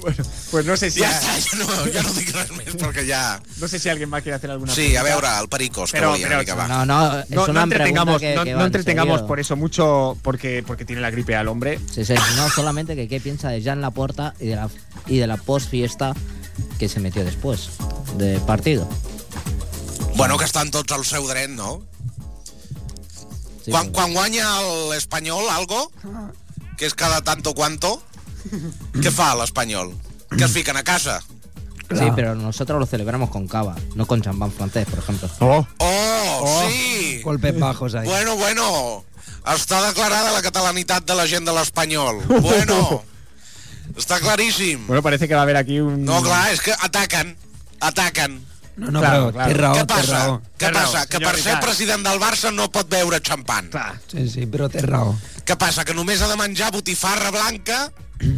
Speaker 1: Bueno, pues no sé si,
Speaker 6: Ja està, ja no, ja no dic res més perquè ja...
Speaker 1: no sé si alguien más quiere hacer alguna
Speaker 6: Sí, a
Speaker 1: pregunta.
Speaker 6: veure, el Pericos, que
Speaker 1: Però-
Speaker 6: volia
Speaker 1: però-
Speaker 6: una mica, va.
Speaker 4: No, no, es
Speaker 1: No, no
Speaker 4: una
Speaker 1: entretengamos,
Speaker 4: pregunta que,
Speaker 1: no,
Speaker 4: que
Speaker 1: no
Speaker 4: va en
Speaker 1: entretengamos
Speaker 4: serio.
Speaker 1: por eso mucho, porque, porque tiene la gripe al hombre.
Speaker 4: Sí, sí, no, solamente que qué piensa de Jean Laporta y de la, y de la post-fiesta que se metió después del partido.
Speaker 6: Bueno, que estan tots al seu dret, no?
Speaker 4: Sí,
Speaker 6: Sí, quan, quan guanya l'Espanyol algo, que és cada tanto quanto, què fa l'Espanyol? Que es fiquen a casa.
Speaker 4: Sí,
Speaker 3: Claro.
Speaker 4: pero nosotros lo celebramos con cava, no con champán francés, por ejemplo.
Speaker 1: Oh,
Speaker 6: Oh, sí!
Speaker 3: Golpes bajos ahí.
Speaker 6: Bueno, bueno, està declarada la catalanitat de la gent de l'Espanyol. Bueno, està claríssim.
Speaker 1: bueno, parece que va a haber aquí un.
Speaker 6: No, clar, és que ataquen, ataquen.
Speaker 3: No, no,
Speaker 1: Claro,
Speaker 3: claro, però
Speaker 1: claro.
Speaker 3: té raó,
Speaker 6: Què
Speaker 3: té
Speaker 6: passa?
Speaker 3: raó.
Speaker 6: Què
Speaker 1: Té raó,
Speaker 6: passa? Que per
Speaker 1: senyor
Speaker 6: ser
Speaker 1: Ricard.
Speaker 6: president del Barça no pot beure xampan.
Speaker 1: Clar.
Speaker 3: Sí, sí, però té raó.
Speaker 6: Què passa? Que només ha de menjar botifarra blanca,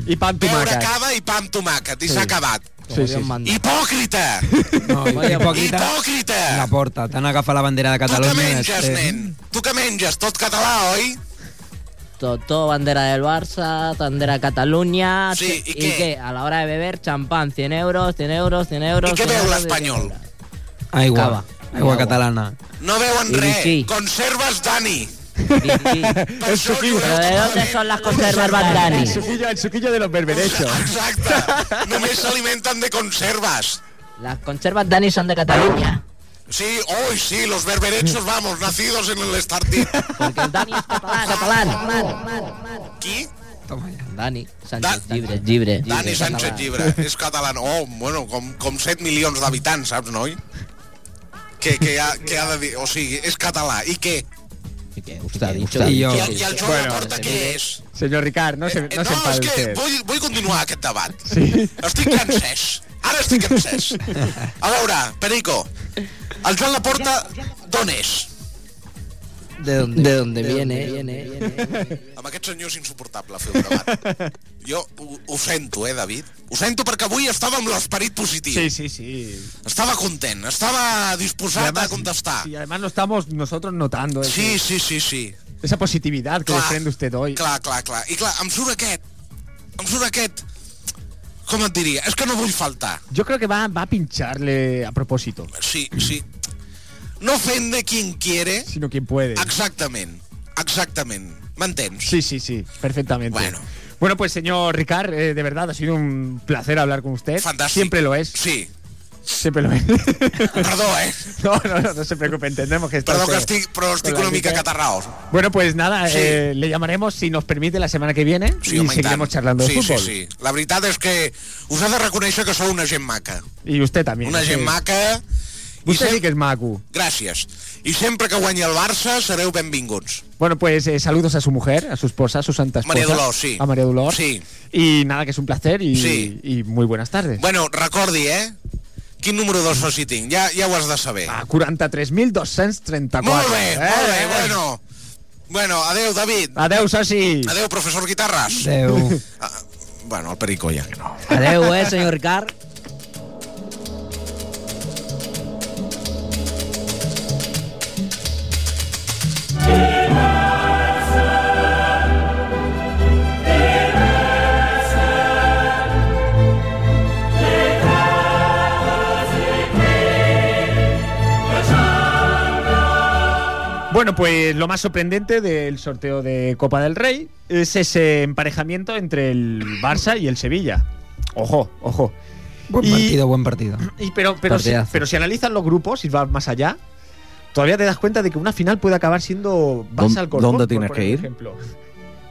Speaker 1: Y pan
Speaker 6: beure
Speaker 1: tumaca.
Speaker 6: cava i pa amb tomàquet, i
Speaker 1: Sí.
Speaker 6: s'ha acabat.
Speaker 4: Como
Speaker 1: Sí,
Speaker 4: Dios
Speaker 1: sí, sí.
Speaker 4: manda.
Speaker 6: Hipòcrita!
Speaker 3: No, hipòcrita.
Speaker 6: Hipòcrita!
Speaker 3: La porta, t'han agafat la bandera de
Speaker 6: Tu que
Speaker 3: Catalunya. i
Speaker 6: menges,
Speaker 3: este-
Speaker 6: nen? Tu que menges? Tot català, oi?
Speaker 4: To- todo bandera del Barça, bandera Cataluña.
Speaker 6: Sí,
Speaker 4: che-
Speaker 6: ¿y qué?
Speaker 4: A la hora de beber, champán, 100 euros, 100 euros, 100 euros.
Speaker 6: ¿Y qué
Speaker 4: 100
Speaker 6: bebe el
Speaker 4: euros,
Speaker 6: español?
Speaker 4: 100 euros.
Speaker 3: Aigua.
Speaker 4: Cava.
Speaker 3: Aigua
Speaker 4: Aigua.
Speaker 3: Ah, catalana.
Speaker 6: No veuen
Speaker 4: I
Speaker 6: res.
Speaker 4: Vichy.
Speaker 6: Conserves, Dani.
Speaker 4: Sí, sí.
Speaker 6: Per això
Speaker 3: eh,
Speaker 6: diu,
Speaker 4: Pero ¿de dónde son las conservas
Speaker 1: El
Speaker 4: Bandani?
Speaker 1: suquillo, el suquillo de los
Speaker 3: eh,
Speaker 1: berberechos.
Speaker 6: [LAUGHS] Exacte. Només s'alimenten de conserves.
Speaker 4: Las conservas Dani son de Cataluña.
Speaker 6: Sí, hoy sí, los berberechos, vamos, nacidos en el Estartit.
Speaker 4: Porque el Dani es catalán. [LAUGHS] catalán.
Speaker 6: Qui?
Speaker 3: Toma ja.
Speaker 4: Dani Sánchez
Speaker 6: Da-
Speaker 4: Libre. Libre.
Speaker 6: Dani Sánchez Llibre. És català. Oh, bueno, com, com 7 milions d'habitants, saps, noi? Que, que, ha, que ha de dir... O sigui, és català. I què?
Speaker 4: Usted ha dicho.
Speaker 3: usted-
Speaker 4: Y
Speaker 3: Y yo.
Speaker 4: yo.
Speaker 6: I el, i el Joan
Speaker 1: Bueno,
Speaker 6: Laporta què és?
Speaker 1: Señor Ricard, no se,
Speaker 6: Eh,
Speaker 1: no se
Speaker 6: és
Speaker 1: enfade
Speaker 6: que
Speaker 1: usted.
Speaker 6: vull, vull continuar aquest debat.
Speaker 1: Sí.
Speaker 6: Estic cansès. Ara estic cansès. A veure, Perico, el Joan Laporta d'on és?
Speaker 4: De donde, de donde viene. viene.
Speaker 6: Amb aquest senyor és insuportable fer un debat. Jo ho, ho sento, eh, David? Ho sento perquè avui estava amb l'esperit positiu.
Speaker 1: Sí, sí, sí.
Speaker 6: Estava content, estava disposat a contestar.
Speaker 1: Y además lo estamos nosotros notando. ese-
Speaker 6: Sí, sí, sí, sí.
Speaker 1: Esa positividad que
Speaker 6: Clar.
Speaker 1: desprende usted hoy.
Speaker 6: Clar, clar, clar. I clar, em surt aquest. Em surt aquest. Com et diria? És que no vull faltar.
Speaker 1: Yo creo que va, va a pincharle a propósito,
Speaker 6: Sí, sí. No ofende quien quiere.
Speaker 1: sino quien puede.
Speaker 6: Exactament, exactament. M'entens?
Speaker 1: Sí, sí, sí, perfectamente.
Speaker 6: Bueno.
Speaker 1: Bueno, pues señor Ricard, eh, de verdad ha sido un placer hablar con usted.
Speaker 6: Fantàstic.
Speaker 1: Siempre lo es,
Speaker 6: Sí.
Speaker 1: siempre lo es. [LAUGHS]
Speaker 6: Perdó, eh?
Speaker 1: no, no, no, no se preocupe, entendemos que está
Speaker 6: Perdó
Speaker 1: usted-
Speaker 6: que estic, però estic
Speaker 1: Hola,
Speaker 6: una mica
Speaker 1: Miquel.
Speaker 6: catarrao.
Speaker 1: Bueno, pues nada,
Speaker 6: Sí.
Speaker 1: eh, le llamaremos si nos permite la semana que viene
Speaker 6: Sí,
Speaker 1: y
Speaker 6: home, i
Speaker 1: seguiremos
Speaker 6: tant.
Speaker 1: charlando de
Speaker 6: sí,
Speaker 1: fútbol.
Speaker 6: Sí, sí, La veritat és que us he de reconèixer que sou una gent maca.
Speaker 1: Y usted también.
Speaker 6: Una gent
Speaker 1: sí.
Speaker 6: maca... I
Speaker 1: Usted sí
Speaker 6: sem-
Speaker 1: que es Macu.
Speaker 6: Gràcies. I sempre que guanyi el Barça sereu benvinguts.
Speaker 1: Bueno, pues eh, saludos a su mujer, a su esposa, a su santa esposa.
Speaker 6: María Dolors, sí.
Speaker 1: A María Dolores.
Speaker 6: Sí.
Speaker 1: Y nada, que es un placer y,
Speaker 6: Sí.
Speaker 1: y muy buenas tardes.
Speaker 6: Bueno, recordi, eh? Quin número de soci tinc? Ja, ja ho has de saber.
Speaker 1: A 43.234.
Speaker 6: molt bé,
Speaker 1: Ah, eh?
Speaker 6: molt bé, bueno. Bueno, adeu, David.
Speaker 1: Adeu, soci.
Speaker 6: Adeu, professor Guitarras. [LAUGHS]
Speaker 3: Adéu.
Speaker 6: Ah, bueno, el Perico ja.
Speaker 4: Adeu, eh, señor Ricard.
Speaker 1: Bueno, pues lo más sorprendente del sorteo de Copa del Rey es ese emparejamiento entre el Barça y el Sevilla. Ojo, ojo.
Speaker 3: Buen
Speaker 1: Y-
Speaker 3: partido, buen partido.
Speaker 1: Y pero, pero, si,
Speaker 4: Partidazo.
Speaker 1: pero si analizas los grupos y vas más allá, todavía te das cuenta de que una final puede acabar siendo Barça al
Speaker 2: dónde tienes que ir?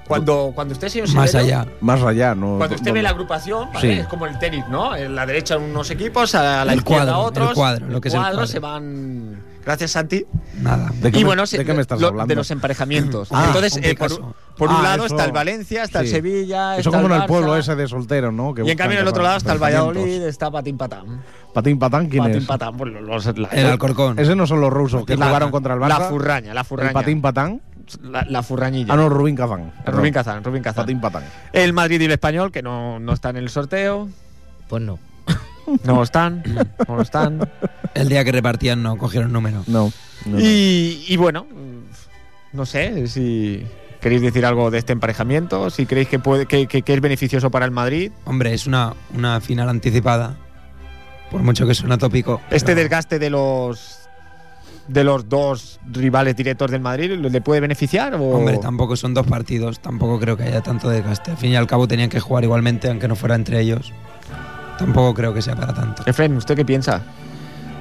Speaker 1: Cuando, cuando usted, señor
Speaker 3: Más
Speaker 1: Severo,
Speaker 3: allá.
Speaker 2: Más allá, ¿no?
Speaker 1: Cuando usted ve la
Speaker 2: no-
Speaker 1: agrupación, ¿vale?
Speaker 2: Sí.
Speaker 1: es como el tenis, ¿no? En la derecha unos equipos, a la
Speaker 3: El
Speaker 1: izquierda
Speaker 3: cuadro,
Speaker 1: otros.
Speaker 3: el cuadro, lo que es el
Speaker 1: cuadro,
Speaker 3: cuadro.
Speaker 1: se van. Gracias, Santi.
Speaker 3: Nada.
Speaker 2: ¿De qué
Speaker 1: y
Speaker 2: me-
Speaker 1: bueno, se-
Speaker 2: ¿de qué me estás
Speaker 1: lo-
Speaker 2: hablando?
Speaker 1: de los emparejamientos.
Speaker 2: [CLEARS THROAT] Ah,
Speaker 1: Entonces,
Speaker 3: un
Speaker 1: eh, por,
Speaker 3: Picasso.
Speaker 1: por un
Speaker 2: Ah,
Speaker 1: lado
Speaker 2: eso.
Speaker 1: está el Valencia, está el
Speaker 2: Sí.
Speaker 1: Sevilla.
Speaker 2: Eso
Speaker 1: está
Speaker 2: como en el
Speaker 1: Barça.
Speaker 2: pueblo ese de solteros, ¿no?
Speaker 1: Y
Speaker 2: Que
Speaker 1: en
Speaker 2: buscan
Speaker 1: cambio, en el otro lado está el
Speaker 2: apartamentos.
Speaker 1: Valladolid, está Patín Patán.
Speaker 2: Patín Patán, ¿quién
Speaker 1: Patín
Speaker 2: es?
Speaker 1: Patán, pues los- los- la-
Speaker 3: El Alcorcón.
Speaker 2: Esos no son los rusos que
Speaker 1: la-
Speaker 2: jugaron contra el Barça.
Speaker 1: La furraña, la furraña.
Speaker 2: El Patín Patán.
Speaker 1: la, la furrañilla.
Speaker 2: Ah, no, Rubín Kazán.
Speaker 1: Rubín Kazán, Rubín Kazán.
Speaker 2: Patín Patán.
Speaker 1: El Madrid y el Español, que no, no están en el sorteo.
Speaker 4: Pues no.
Speaker 1: No
Speaker 2: [LAUGHS]
Speaker 1: están, no están.
Speaker 3: El día que repartían no cogieron número.
Speaker 2: No. no, no.
Speaker 1: Y, y bueno, no sé si queréis decir algo de este emparejamiento, si creéis que, puede, que, que- que es beneficioso para el Madrid.
Speaker 3: Hombre, es una, una final anticipada. Por mucho que suena tópico.
Speaker 1: Este
Speaker 3: pero-
Speaker 1: desgaste de los de los dos rivales directos del Madrid, ¿le puede beneficiar? O...
Speaker 3: Hombre, tampoco son dos partidos, tampoco creo que haya tanto desgaste. Al fin y al cabo tenían que jugar igualmente, aunque no fuera entre ellos. Tampoco creo que sea para tanto.
Speaker 1: Efren, ¿usted qué piensa?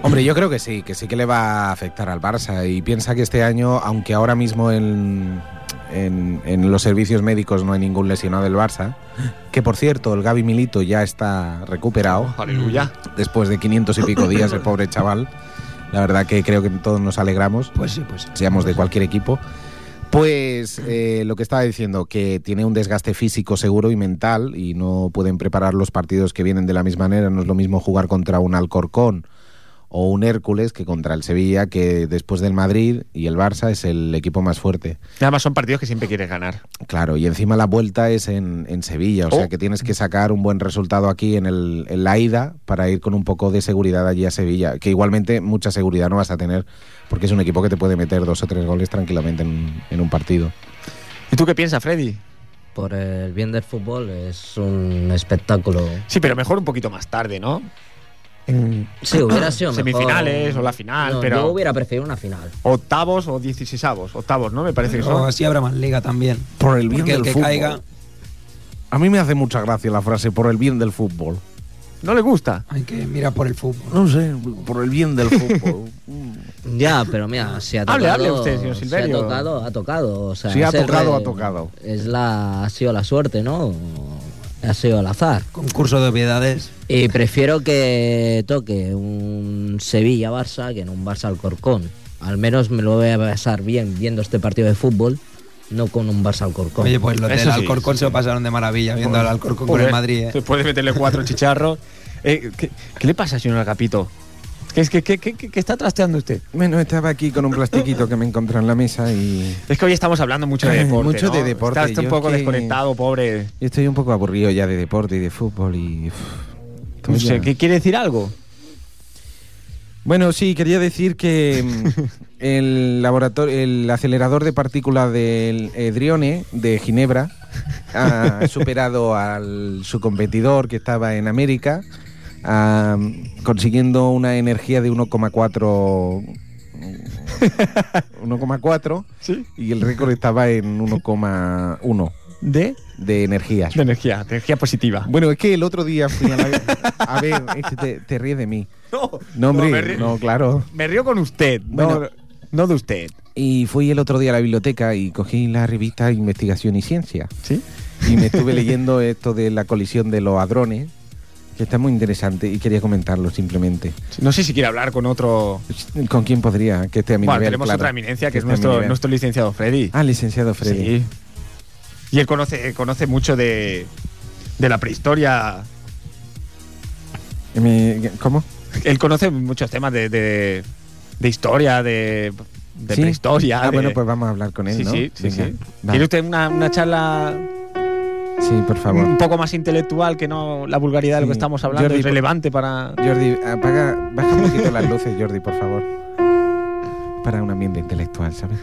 Speaker 2: Hombre, yo creo que sí, que sí que le va a afectar al Barça y piensa que este año, aunque ahora mismo en,
Speaker 6: en, en los servicios médicos no hay ningún lesionado del Barça. Que por cierto, el Gaby Milito ya está recuperado
Speaker 1: Aleluya.
Speaker 6: después de 500 y pico días, el pobre chaval. La verdad que creo que todos nos alegramos
Speaker 3: Pues sí, pues sí.
Speaker 6: seamos de cualquier equipo. Pues eh, lo que estaba diciendo, que tiene un desgaste físico seguro y mental y no pueden preparar los partidos que vienen de la misma manera. No es lo mismo jugar contra un Alcorcón o un Hércules que contra el Sevilla, que después del Madrid y el Barça es el equipo más fuerte.
Speaker 1: Además, son partidos que siempre quieres ganar.
Speaker 6: Claro, y encima la vuelta es en, en Sevilla, o sea
Speaker 1: Oh.
Speaker 6: que tienes que sacar un buen resultado aquí en, el, en la ida para ir con un poco de seguridad allí a Sevilla, que igualmente mucha seguridad no vas a tener porque es un equipo que te puede meter dos o tres goles tranquilamente en, en un partido.
Speaker 1: ¿Y tú qué piensas, Freddy?
Speaker 4: Por el bien del fútbol es un espectáculo.
Speaker 1: Sí, pero mejor un poquito más tarde, ¿no?
Speaker 4: Sí, hubiera sido mejor.
Speaker 1: Semifinales o la final,
Speaker 4: No,
Speaker 1: pero-
Speaker 4: Yo hubiera preferido una final.
Speaker 1: Octavos o dieciséisavos. Octavos, ¿no? Me parece que
Speaker 3: O
Speaker 1: son.
Speaker 3: así habrá más liga también.
Speaker 6: Por el bien
Speaker 3: Porque el
Speaker 6: del
Speaker 3: que
Speaker 6: fútbol.
Speaker 3: caiga.
Speaker 6: A mí me hace mucha gracia la frase por el bien del fútbol.
Speaker 1: No le gusta.
Speaker 3: Hay que mirar por el fútbol.
Speaker 6: No sé, por el bien [LAUGHS] del fútbol.
Speaker 4: Ya, pero mira, si ha
Speaker 1: Hable,
Speaker 4: tocado.
Speaker 1: hable usted, señor
Speaker 4: si
Speaker 1: Silverio.
Speaker 4: ha tocado, ha tocado. O sea,
Speaker 6: Si ha
Speaker 4: es el
Speaker 6: tocado,
Speaker 4: re-
Speaker 6: ha tocado.
Speaker 4: Es la, ha sido la suerte, ¿no? Ha sido el azar.
Speaker 3: Concurso de obviedades.
Speaker 4: Y prefiero que toque un Sevilla-Barça que en un Barça-Alcorcón. Al menos me lo voy a pasar bien viendo este partido de fútbol, no con un Barça-Alcorcón.
Speaker 3: Oye, pues los del
Speaker 1: Eso sí,
Speaker 3: Alcorcón se lo pasaron de maravilla
Speaker 2: Pues,
Speaker 3: viendo al Alcorcón con el
Speaker 1: Joder,
Speaker 3: Madrid.
Speaker 2: este
Speaker 1: Se
Speaker 3: ¿eh?
Speaker 1: puede meterle cuatro chicharros. Eh, ¿qué, qué le pasa, señor Agapito? ¿Qué, es que qué- qué- qué- qué está trasteando usted?
Speaker 2: Bueno, estaba aquí con un plastiquito que me encontré en la mesa y
Speaker 1: Es que hoy estamos hablando mucho de deporte.
Speaker 2: Mucho
Speaker 1: ¿no?
Speaker 2: de deporte,
Speaker 1: Está, está un
Speaker 2: yo
Speaker 1: poco
Speaker 2: es que-
Speaker 1: desconectado, pobre.
Speaker 2: yo estoy un poco aburrido ya de deporte y de fútbol y... uff,
Speaker 1: No sé,
Speaker 2: estoy ya-
Speaker 1: Pues, eh, ¿qué quiere decir algo?
Speaker 2: Bueno, sí, quería decir
Speaker 1: [LAUGHS]
Speaker 2: que mm, el laboratorio, el acelerador de partículas del Edrione de Ginebra
Speaker 1: [LAUGHS]
Speaker 2: ha superado al su competidor que estaba en América, ah, consiguiendo una energía de 1,4 mm, 1,4
Speaker 1: Sí.
Speaker 2: y el récord estaba en 1,1
Speaker 1: ¿De?
Speaker 2: de energía.
Speaker 1: De energía, de energía positiva.
Speaker 2: Bueno, es que el otro día fui a la... A ver, es que te, te ríes de mí.
Speaker 1: [LAUGHS] No,
Speaker 2: No,
Speaker 1: me,
Speaker 2: hombre,
Speaker 1: río,
Speaker 2: no, claro.
Speaker 1: me río con usted. no,
Speaker 2: Bueno.
Speaker 1: no de usted.
Speaker 2: Y fui el otro día a la biblioteca y cogí la revista Investigación y Ciencia.
Speaker 1: ¿Sí?
Speaker 2: Y
Speaker 1: [LAUGHS]
Speaker 2: me estuve leyendo esto de la colisión de los hadrones, que está muy interesante y quería comentarlo simplemente.
Speaker 1: No sé si quiere hablar con otro.
Speaker 2: ¿Con quién podría? Que esté a mi
Speaker 1: Bueno,
Speaker 2: nivel,
Speaker 1: tenemos
Speaker 2: claro.
Speaker 1: otra eminencia que es
Speaker 2: esté a mi
Speaker 1: nuestro,
Speaker 2: nivel.
Speaker 1: nuestro licenciado Freddy.
Speaker 2: Ah, licenciado Freddy.
Speaker 1: Sí. Y él conoce, conoce mucho de, de la prehistoria.
Speaker 2: Eh, Me- ¿Cómo?
Speaker 1: Él conoce muchos temas de, de, de historia, de, de
Speaker 2: ¿Sí?
Speaker 1: prehistoria.
Speaker 2: Ah,
Speaker 1: de-
Speaker 2: bueno, pues vamos a hablar con él,
Speaker 1: sí,
Speaker 2: ¿no?
Speaker 1: sí, sí,
Speaker 2: Venga, Ah.
Speaker 1: sí.
Speaker 2: va.
Speaker 1: ¿Quiere usted una, una charla
Speaker 2: Sí, por
Speaker 1: un
Speaker 2: favor.
Speaker 1: poco más intelectual que no la vulgaridad de lo que
Speaker 2: Sí.
Speaker 1: estamos hablando?
Speaker 2: Jordi,
Speaker 1: es
Speaker 2: por-
Speaker 1: relevante para.
Speaker 2: Jordi, apaga, baja un poquito las luces, Jordi, por favor. Para un ambiente intelectual, ¿sabes?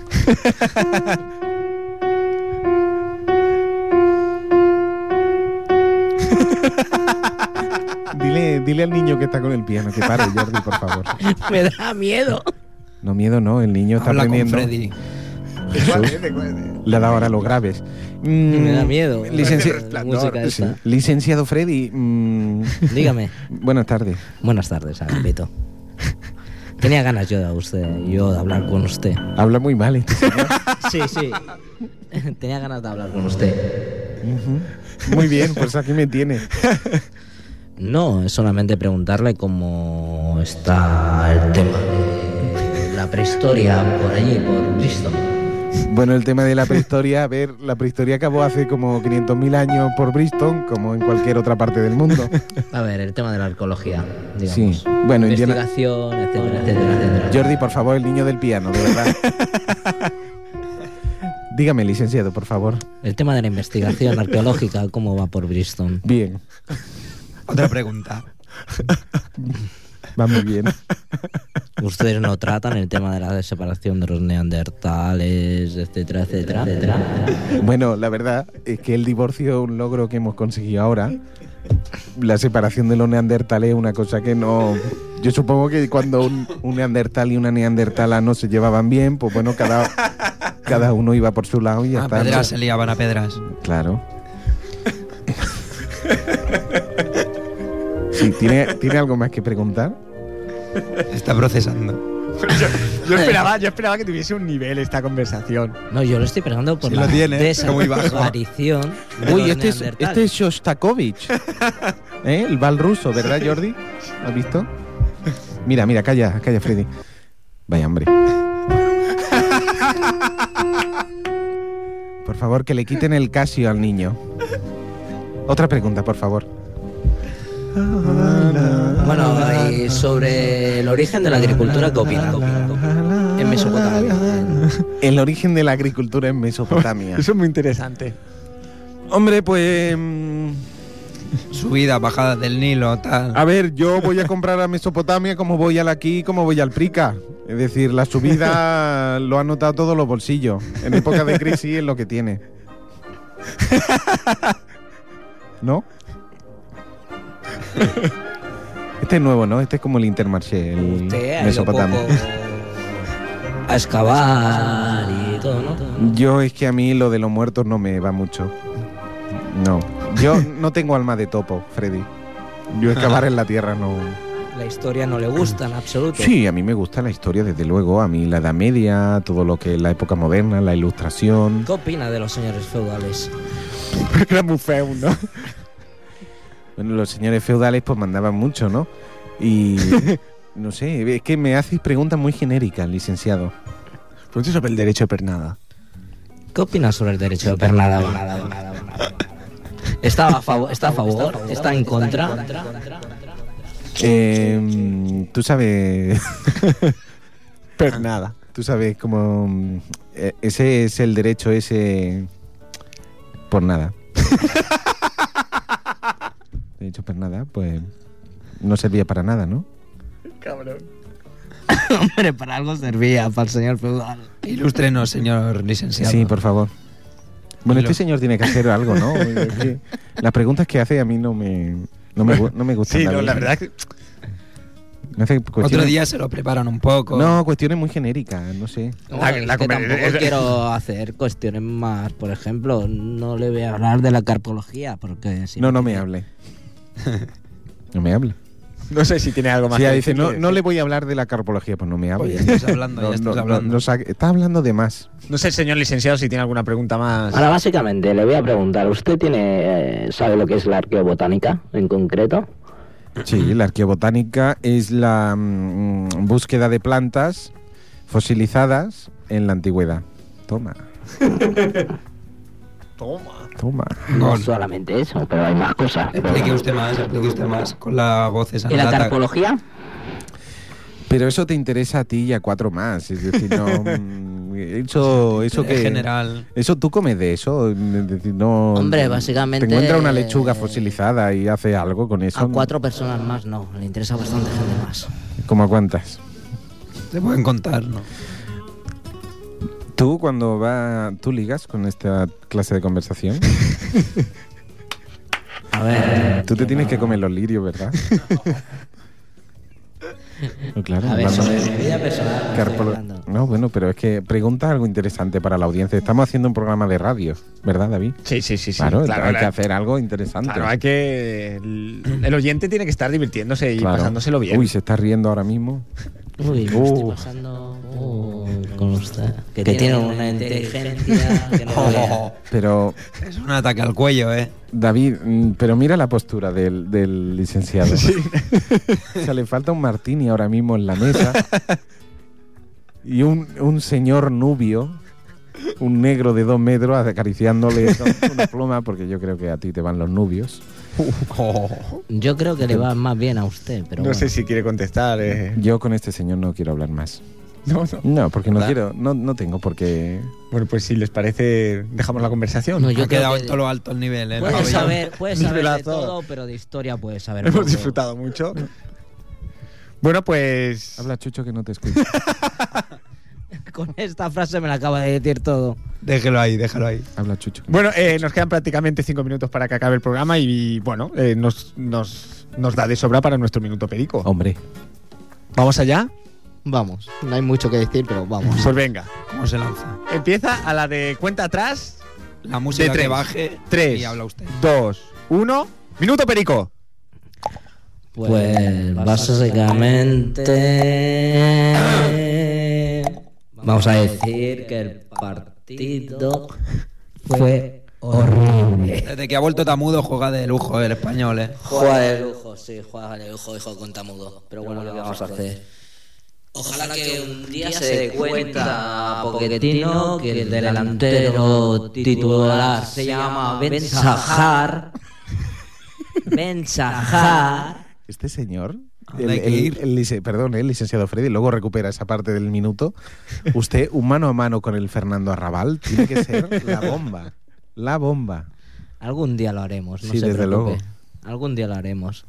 Speaker 6: Dile, dile al niño que está con el piano que pare, Jordi, por favor.
Speaker 4: [LAUGHS] Me da miedo.
Speaker 2: No, miedo no, el niño está
Speaker 3: Habla con
Speaker 2: aprendiendo.
Speaker 3: Freddy.
Speaker 2: Jesús. Le ha dado ahora los graves. Mm,
Speaker 4: [LAUGHS] Me da miedo.
Speaker 2: licenci-
Speaker 4: [LAUGHS] La música
Speaker 2: Sí.
Speaker 4: esta.
Speaker 2: Licenciado Freddy, mm,
Speaker 4: Dígame.
Speaker 1: [LAUGHS]
Speaker 2: buenas tardes.
Speaker 4: Buenas tardes, Agapito. Tenía ganas yo de usted, yo de hablar con usted.
Speaker 2: Habla muy mal este señor.
Speaker 4: Sí, sí. Tenía ganas de hablar con usted.
Speaker 2: Muy bien, pues aquí me tiene.
Speaker 4: No, es solamente preguntarle cómo está el tema de la prehistoria por allí, por Bristol.
Speaker 2: Bueno, el tema de la prehistoria, a ver, la prehistoria acabó hace como 500.000 años por Bristol, como en cualquier otra parte del mundo.
Speaker 4: A ver, el tema de la arqueología, digamos.
Speaker 2: Sí, bueno, Indiana-
Speaker 4: Investigación, etcétera, etcétera, etcétera.
Speaker 2: Jordi, por favor, el niño del piano, de verdad. Dígame, licenciado, por favor.
Speaker 4: El tema de la investigación arqueológica, ¿cómo va por Bristol?
Speaker 2: Bien,
Speaker 3: Otra
Speaker 2: [LAUGHS]
Speaker 3: pregunta. Ah,
Speaker 2: va muy bien.
Speaker 4: Ustedes no tratan el tema de la separación de los neandertales, etcétera, etcétera, etcétera.
Speaker 2: Bueno, la verdad es que el divorcio es un logro que hemos conseguido ahora. La separación de los neandertales es una cosa que no... Yo supongo que cuando un, un neandertal y una neandertala no se llevaban bien, pues bueno, cada, cada uno iba por su lado y Ah, ya
Speaker 3: A
Speaker 2: está.
Speaker 3: pedras se liaban a pedras.
Speaker 2: Claro. Sí, ¿tiene, ¿tiene algo más que preguntar?
Speaker 3: Está procesando.
Speaker 1: [LAUGHS] Yo, yo esperaba, yo esperaba que tuviese un nivel esta conversación.
Speaker 4: No, yo lo estoy pegando por
Speaker 3: Sí
Speaker 4: la
Speaker 3: lo tiene, está muy bajo.
Speaker 4: desaparición. de
Speaker 2: Uy,
Speaker 4: los
Speaker 2: este es,
Speaker 4: neandertales.
Speaker 2: este es [LAUGHS] Shostakovich. ¿Eh? El bal ruso, ¿verdad, Jordi? ¿Lo has visto? Mira, mira, calla, calla, Freddy. Vaya hombre. Por favor, que le quiten el casio al niño. Otra pregunta, por favor.
Speaker 4: Bueno, y sobre el origen de la agricultura, ¿qué opinas? En Mesopotamia.
Speaker 2: El origen de la agricultura en Mesopotamia.
Speaker 1: Eso es muy interesante.
Speaker 2: [LAUGHS] Hombre, pues... mm,
Speaker 3: Subidas, bajadas del Nilo, tal.
Speaker 2: A ver, yo voy a comprar a Mesopotamia como voy al aquí, como voy al Prica. Es decir, la subida lo han notado todos los bolsillos. En época de crisis es lo que tiene. [LAUGHS] ¿No? Este es nuevo, ¿no? Este es como el Intermarché, el
Speaker 4: Usted ha ido
Speaker 2: Mesopotamia.
Speaker 4: poco a excavar y todo, ¿no?
Speaker 2: Yo es que a mí lo de los muertos no me va mucho. No. Yo no tengo alma de topo, Freddy. Yo excavar en la tierra no...
Speaker 4: La historia no le gusta en absoluto.
Speaker 2: Sí, a mí me gusta la historia, desde luego. A mí la Edad Media, todo lo que es la época moderna, la ilustración.
Speaker 4: ¿Qué opina de los señores feudales?
Speaker 1: Era muy feo, ¿no?
Speaker 2: Bueno, los señores feudales pues mandaban mucho, ¿no? Y no sé, es que me haces preguntas muy genéricas, licenciado.
Speaker 1: Pregunta sobre el derecho de pernada.
Speaker 4: ¿Qué opina sobre el derecho de pernada? ¿Está a, favor, está a favor? ¿Está en contra?
Speaker 2: Eh, tú sabes, [LAUGHS]
Speaker 1: Ah. Pernada.
Speaker 2: tú sabes cómo mm, eh, ese es el derecho ese por nada. De hecho, por nada, pues no servía para nada, ¿no?
Speaker 4: [LAUGHS] Hombre, para algo servía, para el señor feudal.
Speaker 3: Ilústrenos, señor licenciado.
Speaker 2: Sí, por favor. Bueno,
Speaker 3: Lo-
Speaker 2: este señor tiene que hacer algo, [LAUGHS] ¿no? Es que Las preguntas que hace a mí no me, no me, gu- no me gustan.
Speaker 1: Sí, no, la verdad que
Speaker 2: Me hace cuestiones-
Speaker 3: Otro día se lo preparan un poco.
Speaker 2: No, cuestiones muy genéricas, no sé.
Speaker 1: La- la
Speaker 4: es que
Speaker 1: conver-
Speaker 4: tampoco quiero hacer cuestiones más. Por ejemplo, no le voy a hablar de la carpología, porque si
Speaker 2: No, no me hable.
Speaker 3: [LAUGHS]
Speaker 2: No me hable.
Speaker 1: no sé si tiene algo más.
Speaker 2: Sí,
Speaker 1: que
Speaker 2: dice,
Speaker 1: decir
Speaker 2: no,
Speaker 1: que-
Speaker 2: no le voy a hablar de la carpología, pues no me
Speaker 3: Oye,
Speaker 2: hable.
Speaker 3: ya
Speaker 2: [LAUGHS]
Speaker 3: estás hablando,
Speaker 2: No,
Speaker 3: ya estás
Speaker 2: no,
Speaker 3: hablando.
Speaker 2: no, no saque- está hablando de más.
Speaker 1: No sé, señor licenciado, si tiene alguna pregunta más.
Speaker 7: Ahora, básicamente, le voy a preguntar, ¿usted tiene, eh, sabe lo que es la arqueobotánica en concreto?
Speaker 2: Sí, la arqueobotánica es la mm, búsqueda de plantas fosilizadas en la antigüedad. Toma,
Speaker 1: Toma.
Speaker 2: toma.
Speaker 7: No
Speaker 3: Gol.
Speaker 7: solamente eso, pero hay más cosas.
Speaker 3: Explique usted más, explique usted más. Con la voz esa.
Speaker 7: ¿Y la
Speaker 3: nata-
Speaker 7: carpología?
Speaker 2: Pero eso te interesa a ti y a cuatro más. Es decir, no. mm, eso, eso
Speaker 3: en
Speaker 2: que.
Speaker 3: general.
Speaker 2: Eso tú comes de eso. Es decir, no. mm,
Speaker 4: Hombre, básicamente,
Speaker 2: Te encuentra una lechuga
Speaker 4: eh,
Speaker 2: fosilizada y hace algo con eso.
Speaker 4: A cuatro personas más no, le interesa bastante gente más.
Speaker 2: ¿Cómo a cuántas?
Speaker 3: Te pueden contar,
Speaker 4: [LAUGHS]
Speaker 3: ¿no?
Speaker 2: ¿Tú cuando va. ¿Tú ligas con esta clase de conversación?
Speaker 4: A ver,
Speaker 2: tú te tienes que comer los
Speaker 1: [LAUGHS]
Speaker 2: lirios, ¿verdad? No, claro.
Speaker 4: a ver,
Speaker 2: hablando
Speaker 4: sobre
Speaker 2: de
Speaker 4: mi vida personal. no estoy
Speaker 2: carpolo-
Speaker 4: hablando.
Speaker 2: No, bueno, pero es que pregunta algo interesante para la audiencia. Estamos haciendo un programa de radio, ¿verdad, David?
Speaker 1: Sí, sí, sí. sí.
Speaker 2: claro, hay
Speaker 1: la-
Speaker 2: que hacer algo interesante.
Speaker 1: Claro, hay que. El el oyente tiene que estar divirtiéndose y
Speaker 2: Claro.
Speaker 1: pasándoselo bien. [LAUGHS]
Speaker 2: Uy, se está riendo ahora mismo.
Speaker 4: Uy, me estoy
Speaker 2: Uh.
Speaker 4: pasando uh, con usted. Que, tiene una inteligencia que [LAUGHS] no vea.
Speaker 1: [LAUGHS]
Speaker 2: Pero,
Speaker 3: Es un ataque al cuello, ¿eh?
Speaker 2: David, mm, pero mira la postura del, del licenciado. O sea, le falta un martini ahora mismo en la mesa. Y un, un señor nubio, un negro de dos metros, acariciándole una pluma, porque yo creo que a ti te van los nubios.
Speaker 4: Yo creo que le va más bien a usted, pero
Speaker 1: no
Speaker 4: bueno.
Speaker 1: sé si quiere contestar. eh.
Speaker 2: Yo con este señor no quiero hablar más.
Speaker 1: No, no.
Speaker 2: No, porque no
Speaker 3: ¿Verdad?
Speaker 2: quiero, no, no tengo por qué.
Speaker 1: Bueno, pues si les parece, dejamos la conversación.
Speaker 4: No, yo
Speaker 3: ha
Speaker 4: creo
Speaker 3: quedado
Speaker 4: que-
Speaker 3: en todo lo alto el nivel, ¿eh?
Speaker 4: Puedes
Speaker 3: Pabellón.
Speaker 4: saber, puedes saber de
Speaker 1: Nivelazo.
Speaker 4: todo, pero de historia puedes saber
Speaker 1: Hemos
Speaker 4: poco.
Speaker 1: disfrutado mucho. Bueno, pues.
Speaker 2: Habla Chucho que no te escucho.
Speaker 4: [LAUGHS] Con esta frase me la acaba de decir todo.
Speaker 3: Déjelo ahí, déjalo ahí.
Speaker 2: Habla Chucho.
Speaker 1: Bueno, eh, nos quedan prácticamente cinco minutos para que acabe el programa y, bueno, eh, nos, nos, nos da de sobra para nuestro minuto perico.
Speaker 2: Hombre.
Speaker 1: ¿Vamos allá?
Speaker 8: Vamos, no hay mucho que decir, pero vamos.
Speaker 1: Pues venga.
Speaker 3: ¿Cómo se lanza?
Speaker 1: Empieza a la de cuenta atrás.
Speaker 3: La música
Speaker 1: De tres.
Speaker 3: que baje
Speaker 1: Tres.
Speaker 3: y habla usted.
Speaker 1: Dos, uno. Minuto perico.
Speaker 4: Pues básicamente vamos a decir que el partido fue horrible.
Speaker 3: Desde que ha vuelto Tamudo juega de lujo el español, ¿eh?
Speaker 4: Juega de lujo, sí, juega de lujo, hijo con Tamudo. Pero bueno, ¿qué vamos a hacer? Ojalá que un día se dé cuenta Poquetino que el delantero titular se llama Ben Sahar. [LAUGHS] Ben Sahar.
Speaker 2: Este señor.
Speaker 3: Anda,
Speaker 2: El,
Speaker 3: Ah, hay que
Speaker 2: el-
Speaker 3: ir.
Speaker 2: el lice- perdón, el licenciado Freddy, luego recupera esa parte del minuto. Usted, un mano a mano con el Fernando Arrabal, tiene que ser la bomba. La bomba.
Speaker 4: Algún día lo haremos, no
Speaker 2: Sí,
Speaker 4: se
Speaker 2: desde
Speaker 4: preocupe.
Speaker 2: luego.
Speaker 4: Algún día lo haremos.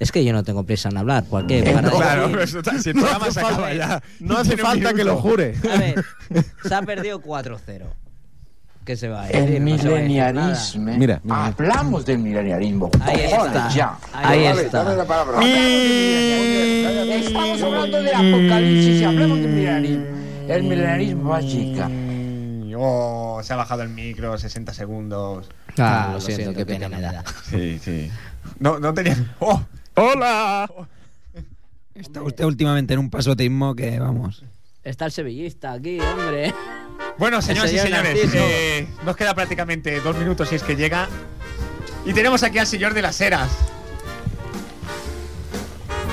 Speaker 4: Es que yo no tengo prisa en hablar, ¿por qué? Para-
Speaker 1: Claro, pero eso está- si el programa se acaba ya.
Speaker 2: No hace
Speaker 1: Tiene un
Speaker 2: falta que
Speaker 1: minuto.
Speaker 2: lo jure.
Speaker 4: A ver, se ha perdido 4-0. ¿Qué se va a decir?
Speaker 9: El
Speaker 4: Eh, No se va a decir
Speaker 9: milenialismo. eh.
Speaker 2: Mira, mira.
Speaker 9: Hablamos del milenialismo.
Speaker 4: nada. Ahí está.
Speaker 9: Cojones ya.
Speaker 4: Ahí está.
Speaker 6: palabra.
Speaker 9: Estamos hablando de apocalipsis y hablemos del milenialismo. El milenialismo va chica.
Speaker 1: Mm, Oh, se ha bajado el micro 60 segundos.
Speaker 4: Ah, lo siento, qué pena me da.
Speaker 1: Sí, sí. No, no tenía. ¡Oh! ¡Hola!
Speaker 3: Está usted últimamente en un pasotismo que, vamos.
Speaker 4: [LAUGHS] Está el sevillista aquí, [LAUGHS] hombre.
Speaker 1: Bueno, señoras y
Speaker 4: señor
Speaker 1: señores,
Speaker 4: Narciso.
Speaker 1: eh, nos queda prácticamente dos minutos si es que llega. Y tenemos aquí al señor de las Heras.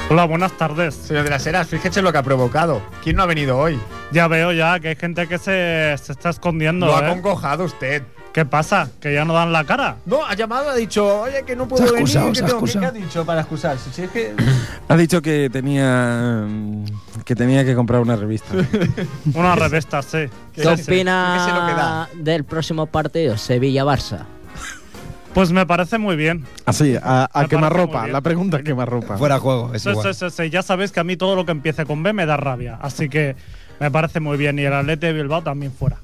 Speaker 10: Hola, buenas tardes.
Speaker 1: Señor de las Heras, fíjense lo que ha provocado. ¿Quién no ha venido hoy?
Speaker 10: Ya veo ya que hay gente que se, se está escondiendo.
Speaker 1: lo ha
Speaker 10: ¿eh?
Speaker 1: congojado usted.
Speaker 10: ¿Qué pasa? ¿Que ya no dan la cara?
Speaker 1: No, ha llamado, ha dicho, oye, que no puedo
Speaker 3: Se ha
Speaker 1: venir.
Speaker 3: excusado,
Speaker 1: que
Speaker 3: se ha
Speaker 1: tengo que- ¿Qué ha
Speaker 3: excusado.
Speaker 1: dicho para excusarse? Si es
Speaker 3: [LAUGHS]
Speaker 1: que...
Speaker 5: Ha dicho que tenía mm, que tenía que comprar una revista.
Speaker 4: [LAUGHS]
Speaker 10: Una revista, sí.
Speaker 4: ¿Qué
Speaker 1: Sí, sí. Fíjese lo que
Speaker 4: opina
Speaker 1: da.
Speaker 4: del próximo partido, Sevilla-Barça?
Speaker 10: Pues me parece muy bien.
Speaker 2: Así, Ah, a, a
Speaker 10: Me parece muy
Speaker 2: quemarropa.
Speaker 10: bien.
Speaker 2: La pregunta a quemarropa.
Speaker 3: Fuera juego, es
Speaker 10: Sí,
Speaker 3: igual.
Speaker 10: sí, sí, sí. Ya sabéis que a mí todo lo que empiece con B me da rabia. Así que me parece muy bien. Y el Atleti de Bilbao también fuera.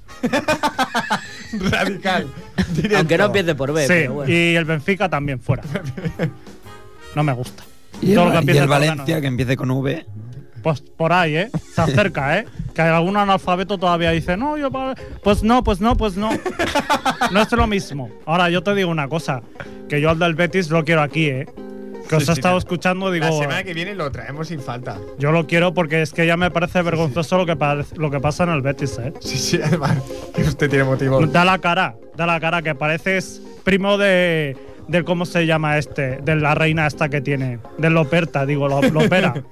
Speaker 1: Radical.
Speaker 4: Aunque no pierde por B,
Speaker 10: sí,
Speaker 4: pero bueno.
Speaker 10: y el Benfica
Speaker 4: [LAUGHS]
Speaker 10: también fuera. No me gusta.
Speaker 3: Y
Speaker 10: Todo lo
Speaker 3: el,
Speaker 10: que
Speaker 3: y
Speaker 10: empiece
Speaker 3: el
Speaker 10: con ganas.
Speaker 3: Valencia que empiece con V.
Speaker 10: Pues por ahí, ¿eh? Se acerca, ¿eh? Que algún analfabeto todavía dice, no, yo pa- Pues no, pues no, pues no. No es lo mismo. Ahora, yo te digo una cosa, que yo al del Betis lo quiero aquí, ¿eh? Que os
Speaker 1: Sí,
Speaker 10: he
Speaker 1: sí,
Speaker 10: estado
Speaker 1: la-
Speaker 10: escuchando, digo,
Speaker 1: La semana que viene lo traemos sin falta.
Speaker 10: yo lo quiero porque es que ya me parece vergonzoso Lo, que parece- lo que pasa en el Betis, ¿eh?
Speaker 1: Sí, sí, además. que Usted tiene motivo.
Speaker 10: Da la cara, da la cara, que pareces primo de, del cómo se llama este, de la reina esta que tiene, de Loperta, digo,
Speaker 1: [LAUGHS]
Speaker 10: lo- Lopera.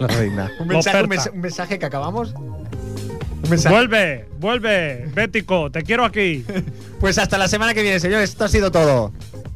Speaker 2: La reina.
Speaker 1: Un mensaje, un,
Speaker 10: oferta.
Speaker 1: mensa- un mensaje que acabamos. Un mensaje.
Speaker 10: vuelve, vuelve, Bético, te quiero aquí.
Speaker 1: Pues hasta la semana que viene, señores. Esto ha sido todo.